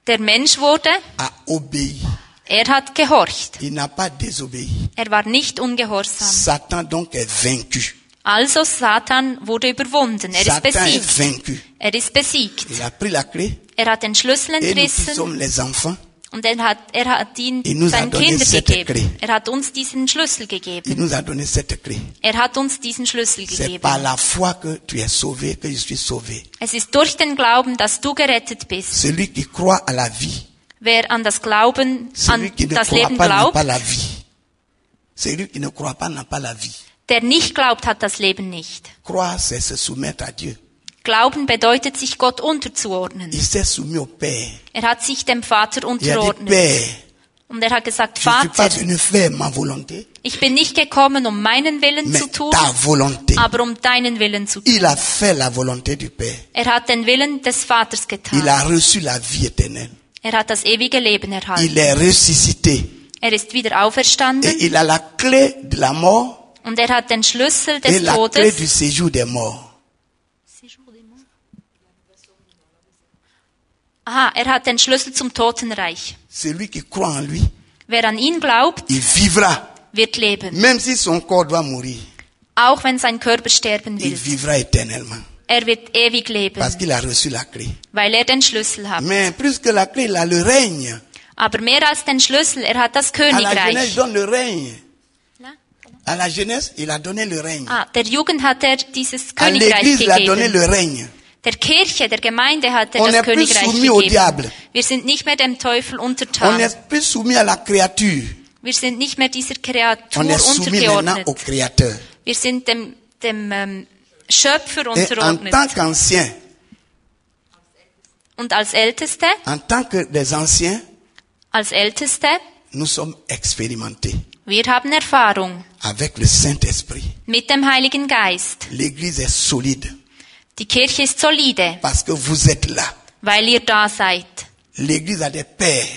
S3: der Mensch wurde,
S2: a obéi.
S3: er hat gehorcht.
S2: Il n'a pas désobéi.
S3: Er war nicht ungehorsam.
S2: Satan donc est vaincu.
S3: Also Satan wurde überwunden. Er ist
S2: Satan est
S3: besiegt.
S2: vaincu.
S3: Er ist besiegt.
S2: Il a pris la clé
S3: Er hat den Schlüssel
S2: et nous qui
S3: entrissen
S2: sommes les enfants
S3: Und er hat, er hat ihn
S2: Il nous a
S3: seinen
S2: donné
S3: Kindern
S2: cette clé.
S3: gegeben. Er hat uns diesen Schlüssel gegeben.
S2: Il nous a donné cette clé.
S3: Er hat uns diesen Schlüssel
S2: C'est
S3: gegeben.
S2: par la foi que tu es sauvé, que je suis sauvé.
S3: Es ist durch den Glauben, dass du gerettet bist.
S2: Celui qui croit à la vie,
S3: Wer an das Glauben,
S2: celui
S3: an
S2: qui ne
S3: das
S2: croit
S3: Leben
S2: pas n'a
S3: glaubt,
S2: pas la vie. Celui qui ne croit pas n'a pas la vie.
S3: der nicht glaubt, hat das Leben nicht.
S2: Croire, c'est se soumettre à Dieu.
S3: Glauben bedeutet, sich Gott unterzuordnen.
S2: Il s'est soumis au Père.
S3: Er hat sich dem Vater
S2: Il a dit,
S3: unterordnet.
S2: Père,
S3: Und er hat gesagt,
S2: je ne suis pas
S3: Vater,
S2: venu faire ma volonté,
S3: ich bin nicht gekommen, um meinen Willen
S2: mais
S3: zu tun,
S2: ta volonté.
S3: aber um deinen Willen zu tun.
S2: Il a fait la volonté du Père.
S3: Er hat den Willen des Vaters
S2: Il
S3: getan.
S2: a reçu la vie éternelle.
S3: Er hat das ewige Leben
S2: Il
S3: erhalten.
S2: est ressuscité.
S3: Er ist wieder auferstanden
S2: Et il a la clé de la mort
S3: und er hat den Schlüssel
S2: et
S3: des
S2: la clé du
S3: Todes.
S2: séjour des morts.
S3: Aha, er hat den Schlüssel zum Totenreich.
S2: Celui qui croit en lui,
S3: Wer an ihn glaubt,
S2: il vivra.
S3: wird leben.
S2: Même si son corps doit mourir,
S3: Auch wenn sein Körper sterben
S2: il
S3: will.
S2: vivra éternellement.
S3: Er wird ewig leben,
S2: Parce qu'il a reçu la clé.
S3: weil er den Schlüssel hat.
S2: Mais plus que la clé, il a le règne.
S3: Aber mehr als den Schlüssel, er hat das
S2: À la jeunesse, il
S3: Königreich.
S2: donne le règne. À la jeunesse, il a donné le règne.
S3: Ah, der Jugend hat er dieses
S2: À
S3: Königreich
S2: l'église, il a donné
S3: gegeben.
S2: le règne.
S3: Der Kirche, der Gemeinde hat er
S2: On
S3: das
S2: est plus
S3: Königreich
S2: soumis au diable.
S3: gegeben. Wir sind nicht mehr dem Teufel
S2: On
S3: untertan.
S2: est plus soumis à la créature.
S3: Wir sind nicht mehr dieser Kreatur
S2: On est soumis maintenant
S3: untergeordnet.
S2: au Créateur.
S3: Wir sind dem, dem ähm, Schöpfer
S2: Et en tant
S3: unterordnet.
S2: qu'ancien,
S3: Und als Älteste,
S2: en tant que des anciens,
S3: als Älteste,
S2: nous sommes expérimentés
S3: wir haben Erfahrung
S2: avec le Saint-Esprit.
S3: mit dem Heiligen Geist.
S2: L'église est solide
S3: Die Kirche ist solide,
S2: parce que vous êtes là.
S3: weil ihr da seid.
S2: L'église a des pères,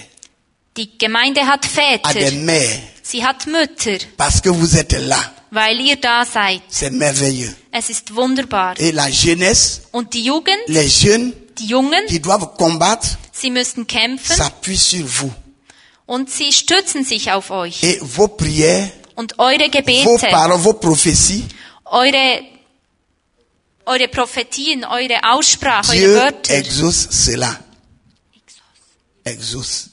S3: Die Gemeinde hat
S2: a des
S3: Väter,
S2: mères
S3: sie hat Mütter,
S2: parce que vous êtes là.
S3: weil ihr da seid.
S2: C'est merveilleux.
S3: Es ist wunderbar.
S2: Et la jeunesse,
S3: Und die Jugend,
S2: les jeunes
S3: die Jungen,
S2: qui doivent combattre
S3: sie müssen kämpfen
S2: s'appuient sur vous.
S3: und sie stützen sich auf euch.
S2: Et vos prières,
S3: Und eure
S2: vos
S3: Gebete,
S2: paroles, vos prophéties,
S3: eure, eure Prophetien, eure Aussprache,
S2: Dieu
S3: eure Wörter,
S2: exauce cela. Exauce.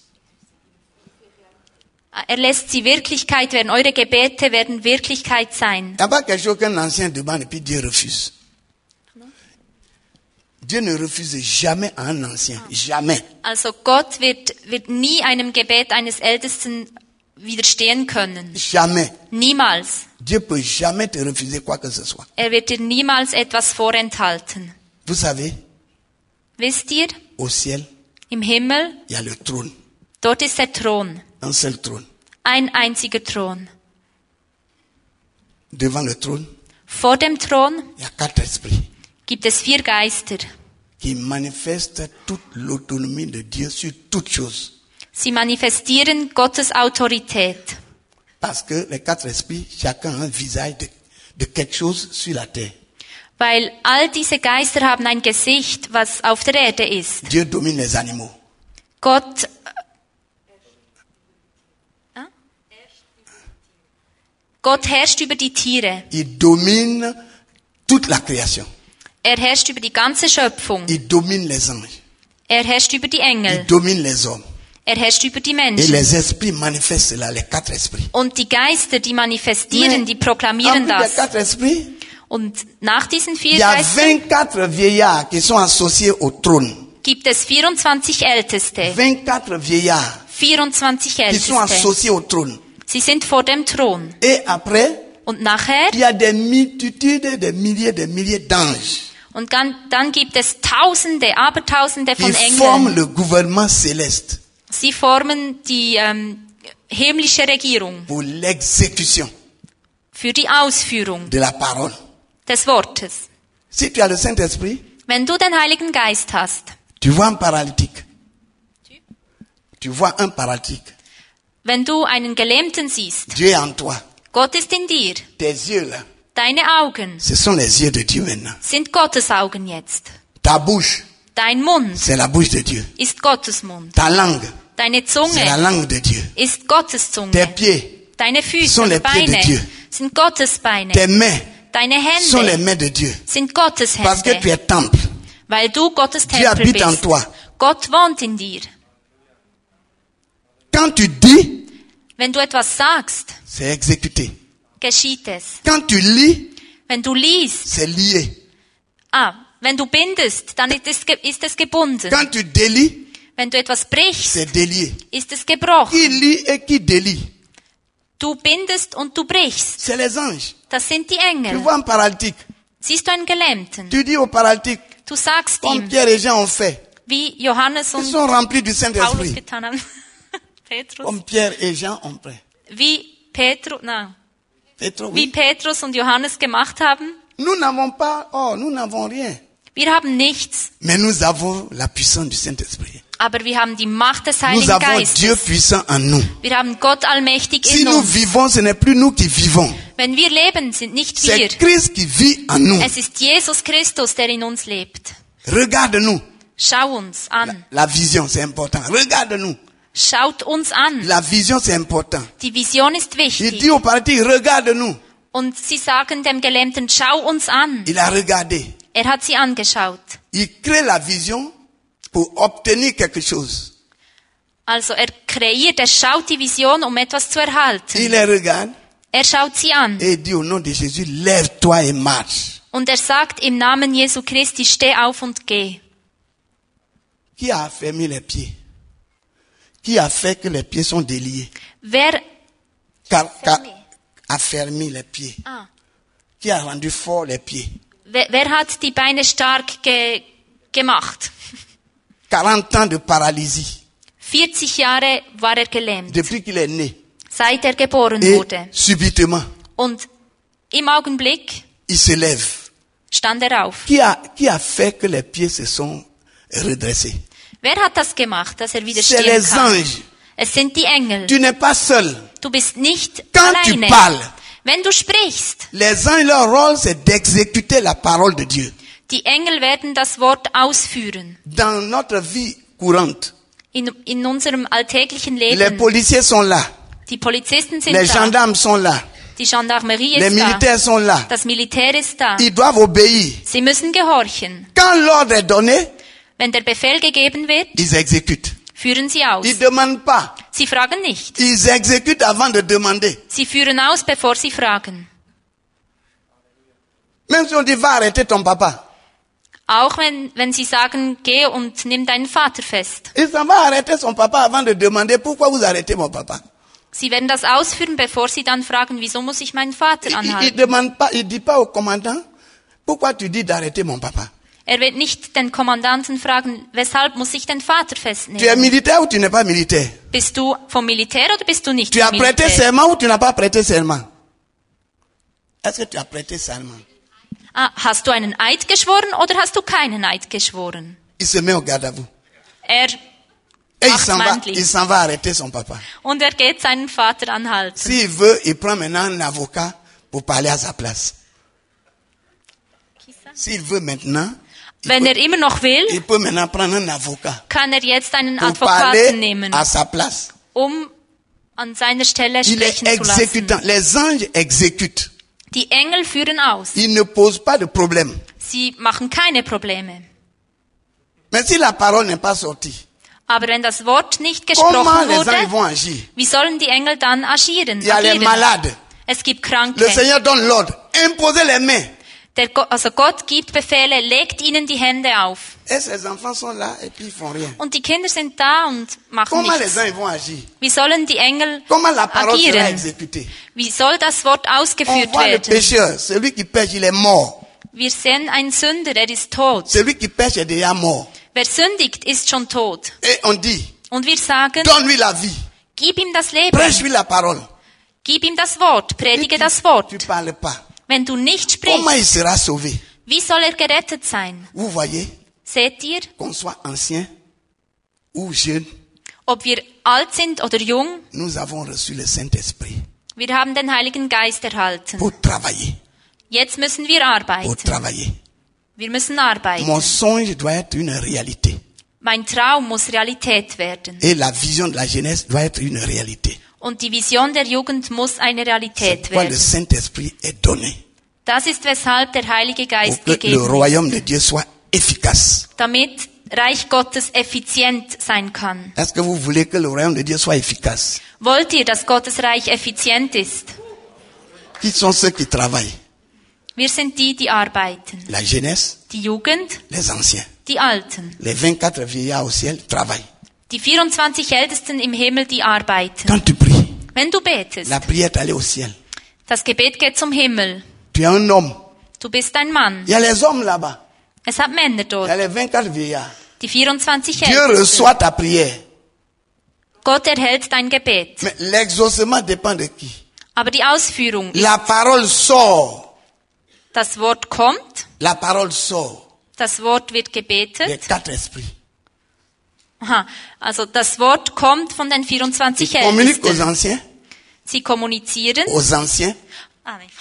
S3: er lässt sie Wirklichkeit werden. Eure Gebete werden Wirklichkeit
S2: Il
S3: sein.
S2: n'y a pas quelque chose qu'un ancien demande et puis Dieu refuse. Dieu ne refuse jamais à un ancien. Jamais.
S3: Also Gott wird, wird nie einem Gebet eines Ältesten widerstehen können.
S2: Jamais.
S3: Niemals.
S2: Dieu peut jamais te refuser quoi que ce soit.
S3: Er wird dir niemals etwas vorenthalten.
S2: Vous savez,
S3: Wisst ihr,
S2: au ciel,
S3: im Himmel,
S2: il y a le trône.
S3: dort ist der Thron.
S2: Un seul trône.
S3: Ein einziger Thron.
S2: Devant le trône,
S3: Vor dem Thron
S2: il y a quatre esprits
S3: gibt es vier Geister.
S2: qui manifestent toute l'autonomie de Dieu sur toutes choses.
S3: Sie manifestieren Gottes Autorität.
S2: Parce que les quatre esprits, chacun a un visage de, de quelque chose sur la terre.
S3: Weil all diese Geister haben ein Gesicht, was auf der Erde ist.
S2: Dieu domine les animaux.
S3: Gott. Äh? Gott herrscht über die Tiere.
S2: Il domine toute la création.
S3: Er herrscht über die ganze Schöpfung.
S2: Il domine les anges.
S3: Er herrscht über die
S2: Il
S3: Engel.
S2: domine les hommes.
S3: Er herrscht über die
S2: Et
S3: Menschen.
S2: les esprits manifestent cela, les quatre esprits.
S3: Und die Geister, die manifestieren, die
S2: En
S3: proklamieren
S2: plus des
S3: das.
S2: quatre esprits,
S3: Und nach diesen
S2: il
S3: vier
S2: y a
S3: Geistern
S2: 24 vieillards qui sont associés au trône.
S3: gibt es 24 Älteste.
S2: 24 vieillards
S3: 24
S2: qui sont
S3: Älteste.
S2: associés au trône.
S3: Sie sind vor dem Thron.
S2: Et après,
S3: Und nachher,
S2: il y a des multitudes, des milliers, des milliers d'anges
S3: und dann, dann gibt es Tausende, Abertausende
S2: qui
S3: von Engeln.
S2: forment le gouvernement céleste
S3: Sie formen die ähm, himmlische Regierung
S2: pour l'exécution
S3: für die Ausführung
S2: de la parole.
S3: des Wortes.
S2: Si tu as le Saint-Esprit,
S3: Wenn du den Heiligen Geist hast,
S2: tu vois un paralytique. Tu vois un paralytique.
S3: wenn du einen Gelähmten siehst,
S2: Dieu est en toi.
S3: Gott ist in dir.
S2: Tes yeux là,
S3: Deine Augen
S2: ce sont les yeux de Dieu maintenant.
S3: sind Gottes Augen jetzt.
S2: Ta bouche,
S3: Dein Mund
S2: c'est la bouche de Dieu.
S3: ist Gottes Mund.
S2: Ta langue,
S3: Deine
S2: c'est la
S3: Zunge
S2: langue de Dieu.
S3: ist Gottes
S2: Tes
S3: Zunge.
S2: pieds,
S3: Deine Füße
S2: sont les
S3: und
S2: pieds de Dieu.
S3: Beine sind Gottes Beine.
S2: tes mains
S3: Deine
S2: sont les
S3: Hände
S2: mains de Dieu.
S3: sind Gottes
S2: Parce que tu
S3: Hände,
S2: es temple.
S3: weil du Gottes
S2: Dieu
S3: Tempel
S2: habite en
S3: bist.
S2: toi.
S3: Gott wohnt in dir.
S2: Quand tu dis,
S3: Wenn du etwas sagst,
S2: c'est exécuté.
S3: geschieht es.
S2: Quand tu lis,
S3: Wenn du liest,
S2: c'est lié.
S3: ah, wenn du bindest, dann ist es, ge- ist es gebunden.
S2: Quand tu délies,
S3: Wenn du etwas brichst,
S2: c'est délié.
S3: ist es gebrochen.
S2: Qui lit et qui délie,
S3: Du bindest und du brichst.
S2: c'est les anges.
S3: Das sind die
S2: Tu
S3: Engel.
S2: vois un paralytique.
S3: Siehst du einen Gelähmten?
S2: Tu dis au paralytique,
S3: Du sagst
S2: comme
S3: ihm,
S2: Pierre et Jean ont fait.
S3: wie Johannes
S2: Ils
S3: und
S2: sont remplis du
S3: Paulus
S2: Saint-Esprit.
S3: getan haben. Petrus.
S2: Comme Pierre et Jean ont fait.
S3: Wie Petrus, na,
S2: Pétro,
S3: wie
S2: oui.
S3: Petrus und Johannes gemacht haben.
S2: Nous n'avons pas, oh, nous n'avons rien.
S3: Wir haben nichts,
S2: Mais nous avons la puissance du Saint-Esprit.
S3: aber wir haben die Macht des
S2: Nous
S3: Heiligen
S2: avons Dieu
S3: Geistes.
S2: puissant en nous.
S3: Wir haben Gott allmächtig
S2: Si
S3: in
S2: nous
S3: uns.
S2: vivons, ce n'est plus nous qui vivons.
S3: Wenn wir leben, sind nicht
S2: C'est
S3: wir.
S2: Christ qui vit en nous.
S3: Es ist Jesus Christus, der in uns lebt.
S2: Regarde-nous.
S3: Schau uns an.
S2: La vision, c'est important. Regarde-nous.
S3: Schaut uns an.
S2: La vision, c'est important.
S3: Die Vision ist
S2: Il dit
S3: wichtig.
S2: au paralytique, regarde-nous.
S3: Und sie sagen dem Gelähmten, schau uns an.
S2: Il a regardé.
S3: Er hat sie angeschaut.
S2: Il crée la vision pour obtenir quelque chose.
S3: Also er kreiert, er schaut die Vision, um etwas zu erhalten.
S2: Il les regarde
S3: Er schaut sie an.
S2: et il dit au nom de Jésus, lève-toi et marche.
S3: Und er sagt im Namen Jesu Christi, steh auf und geh.
S2: Qui a fermé les pieds? Qui a fait que les pieds sont déliés?
S3: Wer,
S2: Car, car-
S3: Fermé.
S2: a fermé les pieds.
S3: ah,
S2: Qui a rendu fort les pieds?
S3: wer, wer hat die Beine stark ge, gemacht?
S2: 40 ans de paralysie
S3: 40 Jahre war er gelähmt,
S2: depuis qu'il est né.
S3: seit er geboren
S2: Et
S3: wurde.
S2: subitement,
S3: Und im Augenblick
S2: il se lève.
S3: stand er auf.
S2: Qui a, qui a fait que les pieds se sont redressés?
S3: Wer hat das gemacht, dass er wieder
S2: C'est
S3: stehen
S2: les
S3: kann?
S2: anges.
S3: Es sind die Engel.
S2: Tu n'es pas seul.
S3: Du bist nicht
S2: Quand tu
S3: alleine.
S2: parles.
S3: Wenn du sprichst,
S2: Les anges, leur rôle, c'est d'exécuter la parole de Dieu.
S3: die Engel werden das Wort ausführen.
S2: Dans notre vie courante,
S3: In, in unserem alltäglichen
S2: les
S3: Leben.
S2: policiers sont là,
S3: Die Polizisten sind
S2: les
S3: da.
S2: gendarmes sont là,
S3: Die Gendarmerie
S2: les
S3: ist da.
S2: militaires sont là.
S3: Das Militär ist da.
S2: Ils doivent obéir.
S3: Sie müssen gehorchen.
S2: Quand l'ordre est donné,
S3: Wenn der Befehl gegeben wird,
S2: ils exécutent.
S3: führen sie aus.
S2: Ils demandent pas.
S3: Sie fragen nicht.
S2: Ils exécutent avant de demander.
S3: Sie führen aus, bevor sie fragen.
S2: Même si on dit va arrêter ton papa,
S3: Auch wenn, wenn sie sagen, geh und nimm deinen Vater fest.
S2: il s'en va arrêter son papa avant de demander pourquoi vous arrêtez mon papa.
S3: Sie werden das ausführen, bevor sie dann fragen, wieso muss ich meinen Vater
S2: Il, il
S3: anhalten?
S2: demande pas, il dit pas au commandant pourquoi tu dis d'arrêter mon papa.
S3: Er wird nicht den Kommandanten fragen, weshalb muss ich den Vater
S2: Tu es
S3: festnehmen?
S2: militaire ou tu n'es pas militaire.
S3: Bist du vom Militär oder bist du nicht
S2: Tu as
S3: vom
S2: prêté
S3: Militär?
S2: serment ou tu n'as pas prêté serment Est-ce que tu as prêté serment
S3: Ah, hast du einen Eid geschworen oder hast du keinen Eid geschworen?
S2: Il se met au garde à vous.
S3: Er
S2: Et il
S3: Ach,
S2: s'en va,
S3: Mandli.
S2: il s'en va arrêter son papa.
S3: und er geht seinen Vater anhalten.
S2: S'il veut, il prend maintenant un avocat pour parler à sa place. S'il veut maintenant,
S3: Wenn er immer noch will,
S2: il peut maintenant prendre un avocat
S3: kann er jetzt einen
S2: pour
S3: Advokaten
S2: parler
S3: nehmen,
S2: à sa place.
S3: um an seiner Stelle
S2: Il est
S3: sprechen zu lassen.
S2: exécutant. Les anges exécutent.
S3: Die Engel führen aus.
S2: Ils ne posent pas de problème.
S3: Sie machen keine Probleme.
S2: Mais si la parole n'est pas sortie,
S3: Aber wenn das Wort nicht
S2: comment
S3: gesprochen
S2: les anges
S3: wurde,
S2: vont agir
S3: wie sollen die Engel dann agieren?
S2: Il y a les
S3: agieren?
S2: malades.
S3: Es gibt
S2: Le
S3: Kranke.
S2: Seigneur donne l'ordre. Imposez les mains.
S3: Der Go also Gott gibt Befehle, legt ihnen die Hände auf.
S2: Et ces enfants sont là et puis ils font rien.
S3: Und die Kinder sind da und machen
S2: Comment les
S3: nichts.
S2: gens ils vont agir
S3: Wie sollen die Engel
S2: Comment la parole sera
S3: agieren?
S2: exécutée
S3: Wie soll das Wort
S2: On
S3: ausgeführt
S2: voit le
S3: werden?
S2: pécheur, celui qui pêche, il est mort.
S3: Wir sehen einen Sünder, er ist tot.
S2: Celui qui pêche est déjà mort.
S3: Wer sündigt, ist schon tot.
S2: Et on dit,
S3: Und wir sagen,
S2: donne-lui la vie,
S3: gib ihm das Leben,
S2: prêche-lui la parole.
S3: gib ihm das Wort,
S2: Et
S3: predige
S2: tu-
S3: das Wort.
S2: Tu parles pas.
S3: Wenn du nicht
S2: Comment
S3: sprichst,
S2: il sera sauvé
S3: wie soll er gerettet sein?
S2: Vous voyez,
S3: Seht ihr,
S2: qu'on soit ancien ou jeune,
S3: ob wir alt sind oder jung,
S2: nous avons reçu le Saint-Esprit
S3: wir haben den Heiligen Geist erhalten.
S2: pour travailler,
S3: Jetzt müssen wir
S2: pour
S3: arbeiten.
S2: travailler.
S3: Wir müssen arbeiten.
S2: Mon songe doit être une réalité.
S3: Mein Traum muss Realität werden.
S2: Et la vision de la jeunesse doit être une réalité.
S3: Und die Vision der Jugend muss eine
S2: C'est
S3: Realität
S2: pourquoi le
S3: werden.
S2: Saint-Esprit est donné
S3: Das ist weshalb der Heilige
S2: pour
S3: Geist
S2: que le
S3: gegeben ist,
S2: royaume de Dieu soit efficace.
S3: damit Reich Gottes effizient sein kann.
S2: Est-ce que vous voulez que le royaume de Dieu soit efficace
S3: Wollt ihr, dass Gottes Reich effizient ist?
S2: Qui sont ceux qui travaillent
S3: Wir sind die, die arbeiten.
S2: La jeunesse,
S3: Die Jugend,
S2: les anciens.
S3: die Alten.
S2: Les 24 vieillards au ciel travaillent.
S3: Die 24 Ältesten im Himmel, die arbeiten.
S2: Quand tu pries,
S3: Wenn du betest,
S2: la prière est allée au ciel.
S3: das Gebet geht zum Himmel.
S2: Tu es un homme.
S3: Du bist ein Mann.
S2: Il y a les hommes là-bas.
S3: Es hat
S2: Il
S3: Männer
S2: y a
S3: dort.
S2: les 24 vieillards.
S3: Die 24
S2: Dieu
S3: Ältesten.
S2: reçoit ta prière.
S3: Gott erhält dein Gebet.
S2: Mais l'exaucement dépend de qui
S3: Aber die Ausführung,
S2: La parole sort.
S3: das Wort kommt,
S2: La parole sort
S3: das Wort wird
S2: des
S3: gebetet.
S2: quatre esprits.
S3: Aha. Also das Wort kommt von den 24
S2: Il communique aux
S3: Ältesten.
S2: anciens,
S3: Sie kommunizieren.
S2: aux anciens,
S3: Ah, nein.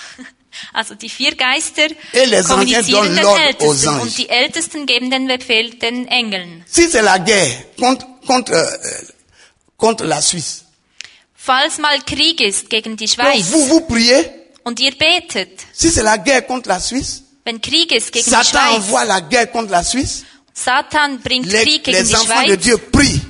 S3: Also die vier Geister
S2: Et les anciens
S3: kommunizieren
S2: donnent
S3: den
S2: l'ordre aux
S3: Ältesten
S2: anges.
S3: und die Ältesten geben den Befehl den Engeln.
S2: Si c'est la guerre contre, contre, euh, contre la Suisse,
S3: Falls mal Krieg ist gegen die
S2: quand vous
S3: Schweiz
S2: vous priez,
S3: und ihr betet,
S2: si c'est la guerre contre la Suisse,
S3: wenn Krieg ist gegen die
S2: Satan
S3: Schweiz,
S2: envoie la guerre contre la Suisse,
S3: Satan bringt
S2: les,
S3: Krieg gegen
S2: les
S3: die
S2: enfants de
S3: Schweiz,
S2: Dieu prient.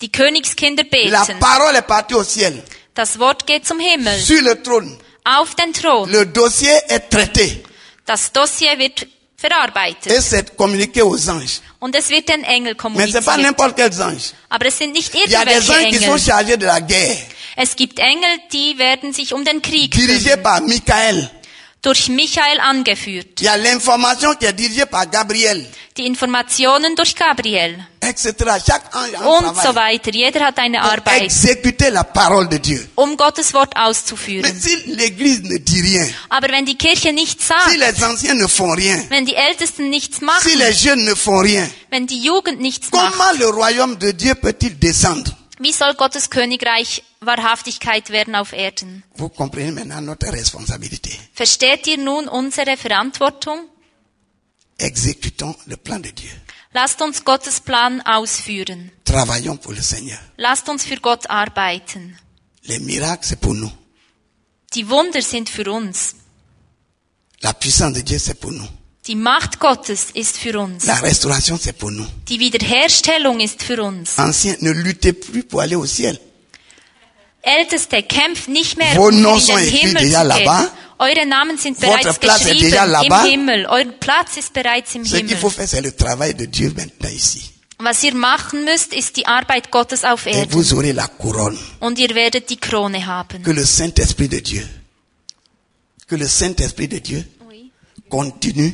S3: die Königskinder
S2: La
S3: beten,
S2: parole est partie au ciel,
S3: das Wort geht zum Himmel,
S2: sur le trône.
S3: auf den Thron,
S2: Le dossier est traité
S3: das Dossier wird verarbeitet
S2: et c'est communiqué aux anges.
S3: und es wird den
S2: Mais c'est
S3: Engel
S2: pas
S3: kommuniziert.
S2: n'importe quels anges.
S3: Aber es sind nicht
S2: Il y a des
S3: irgendwelche
S2: gens qui sont
S3: Engel.
S2: chargés de la guerre,
S3: Es gibt Engel, die werden sich um den Krieg kümmern.
S2: dirigés par Michael.
S3: durch Michael angeführt,
S2: Il y a l'information qui est dirigée par Gabriel,
S3: die Informationen durch Gabriel
S2: etc. Chaque ange a un
S3: und so
S2: travail
S3: weiter. Jeder hat eine
S2: pour
S3: Arbeit,
S2: exécuter la parole de Dieu.
S3: um Gottes Wort
S2: Mais
S3: auszuführen.
S2: si l'Église ne dit rien,
S3: Aber wenn die Kirche nichts
S2: si
S3: sagt,
S2: les anciens ne font rien,
S3: wenn die Ältesten nichts
S2: si les
S3: machen,
S2: jeunes ne font rien,
S3: wenn die Jugend nichts macht,
S2: comment le royaume de Dieu peut-il descendre
S3: wie soll Gottes Königreich Wahrhaftigkeit werden auf Erden?
S2: Vous comprenez maintenant notre responsabilité.
S3: Versteht ihr nun unsere Verantwortung?
S2: Exécutons le plan de Dieu.
S3: Lasst uns Gottes Plan ausführen.
S2: Travaillons pour le Seigneur.
S3: Lasst uns für Gott arbeiten.
S2: Les miracles, c'est pour nous.
S3: Die Wunder sind für uns.
S2: La puissance de Dieu, c'est pour nous.
S3: Die Macht Gottes ist für uns.
S2: La restauration, c'est pour nous.
S3: Die Wiederherstellung ist für uns.
S2: Anciens, ne luttez plus pour aller au ciel.
S3: Älteste, kämpft nicht mehr,
S2: Vos
S3: um in
S2: noms sont
S3: den
S2: écrits
S3: Himmel
S2: déjà
S3: zu
S2: là-bas.
S3: gehen. Eure Namen sind
S2: Votre
S3: bereits
S2: place est
S3: geschrieben
S2: déjà
S3: im
S2: là-bas.
S3: Himmel. Euer Platz ist bereits im
S2: Ce qu'il faut
S3: Himmel.
S2: faire, c'est le travail de Dieu maintenant ici.
S3: Was ihr machen müsst, ist die Arbeit Gottes auf
S2: Et
S3: Erden.
S2: vous aurez la couronne
S3: Und ihr werdet die Krone haben.
S2: que le Saint-Esprit de Dieu, que le Saint-Esprit de Dieu continue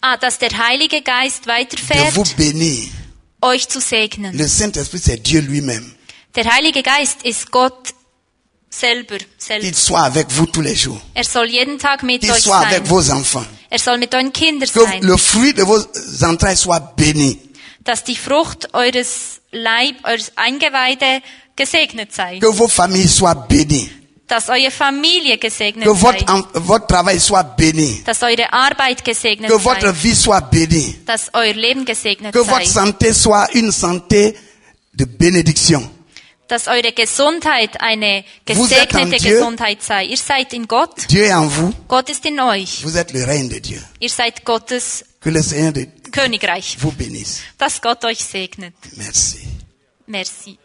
S3: Ah, dass der Heilige
S2: de
S3: Geist
S2: vous
S3: weiterfährt,
S2: bénir.
S3: euch zu segnen.
S2: Le Saint-Esprit, c'est Dieu lui-même.
S3: Der Heilige Geist ist Gott selber. selber.
S2: Qu'il soit avec vous tous les jours.
S3: Er soll jeden Tag mit
S2: Qu'il
S3: euch
S2: soit avec
S3: sein.
S2: vos enfants.
S3: Er soll mit euren Kindern
S2: Que
S3: sein.
S2: le fruit de vos entrailles soit béni.
S3: dass die Frucht eures Leib, eures Eingeweide gesegnet sei,
S2: Que vos familles soient bénies.
S3: dass eure Familie
S2: Que
S3: gesegnet sei,
S2: votre, en- votre travail soit béni.
S3: dass eure Arbeit gesegnet
S2: Que votre
S3: sei,
S2: vie soit bénie.
S3: dass euer Leben gesegnet
S2: Que votre
S3: sei,
S2: santé soit une santé de bénédiction.
S3: dass eure Gesundheit eine
S2: Vous êtes en
S3: gesegnete
S2: Dieu.
S3: Gesundheit sei. Ihr seid in Gott,
S2: Dieu est en vous.
S3: Gott ist in euch,
S2: Vous êtes le règne de Dieu.
S3: ihr seid Gottes
S2: Que le Seigneur de-
S3: Königreich,
S2: vous bénisse.
S3: dass Gott euch segnet.
S2: Merci.
S3: Merci.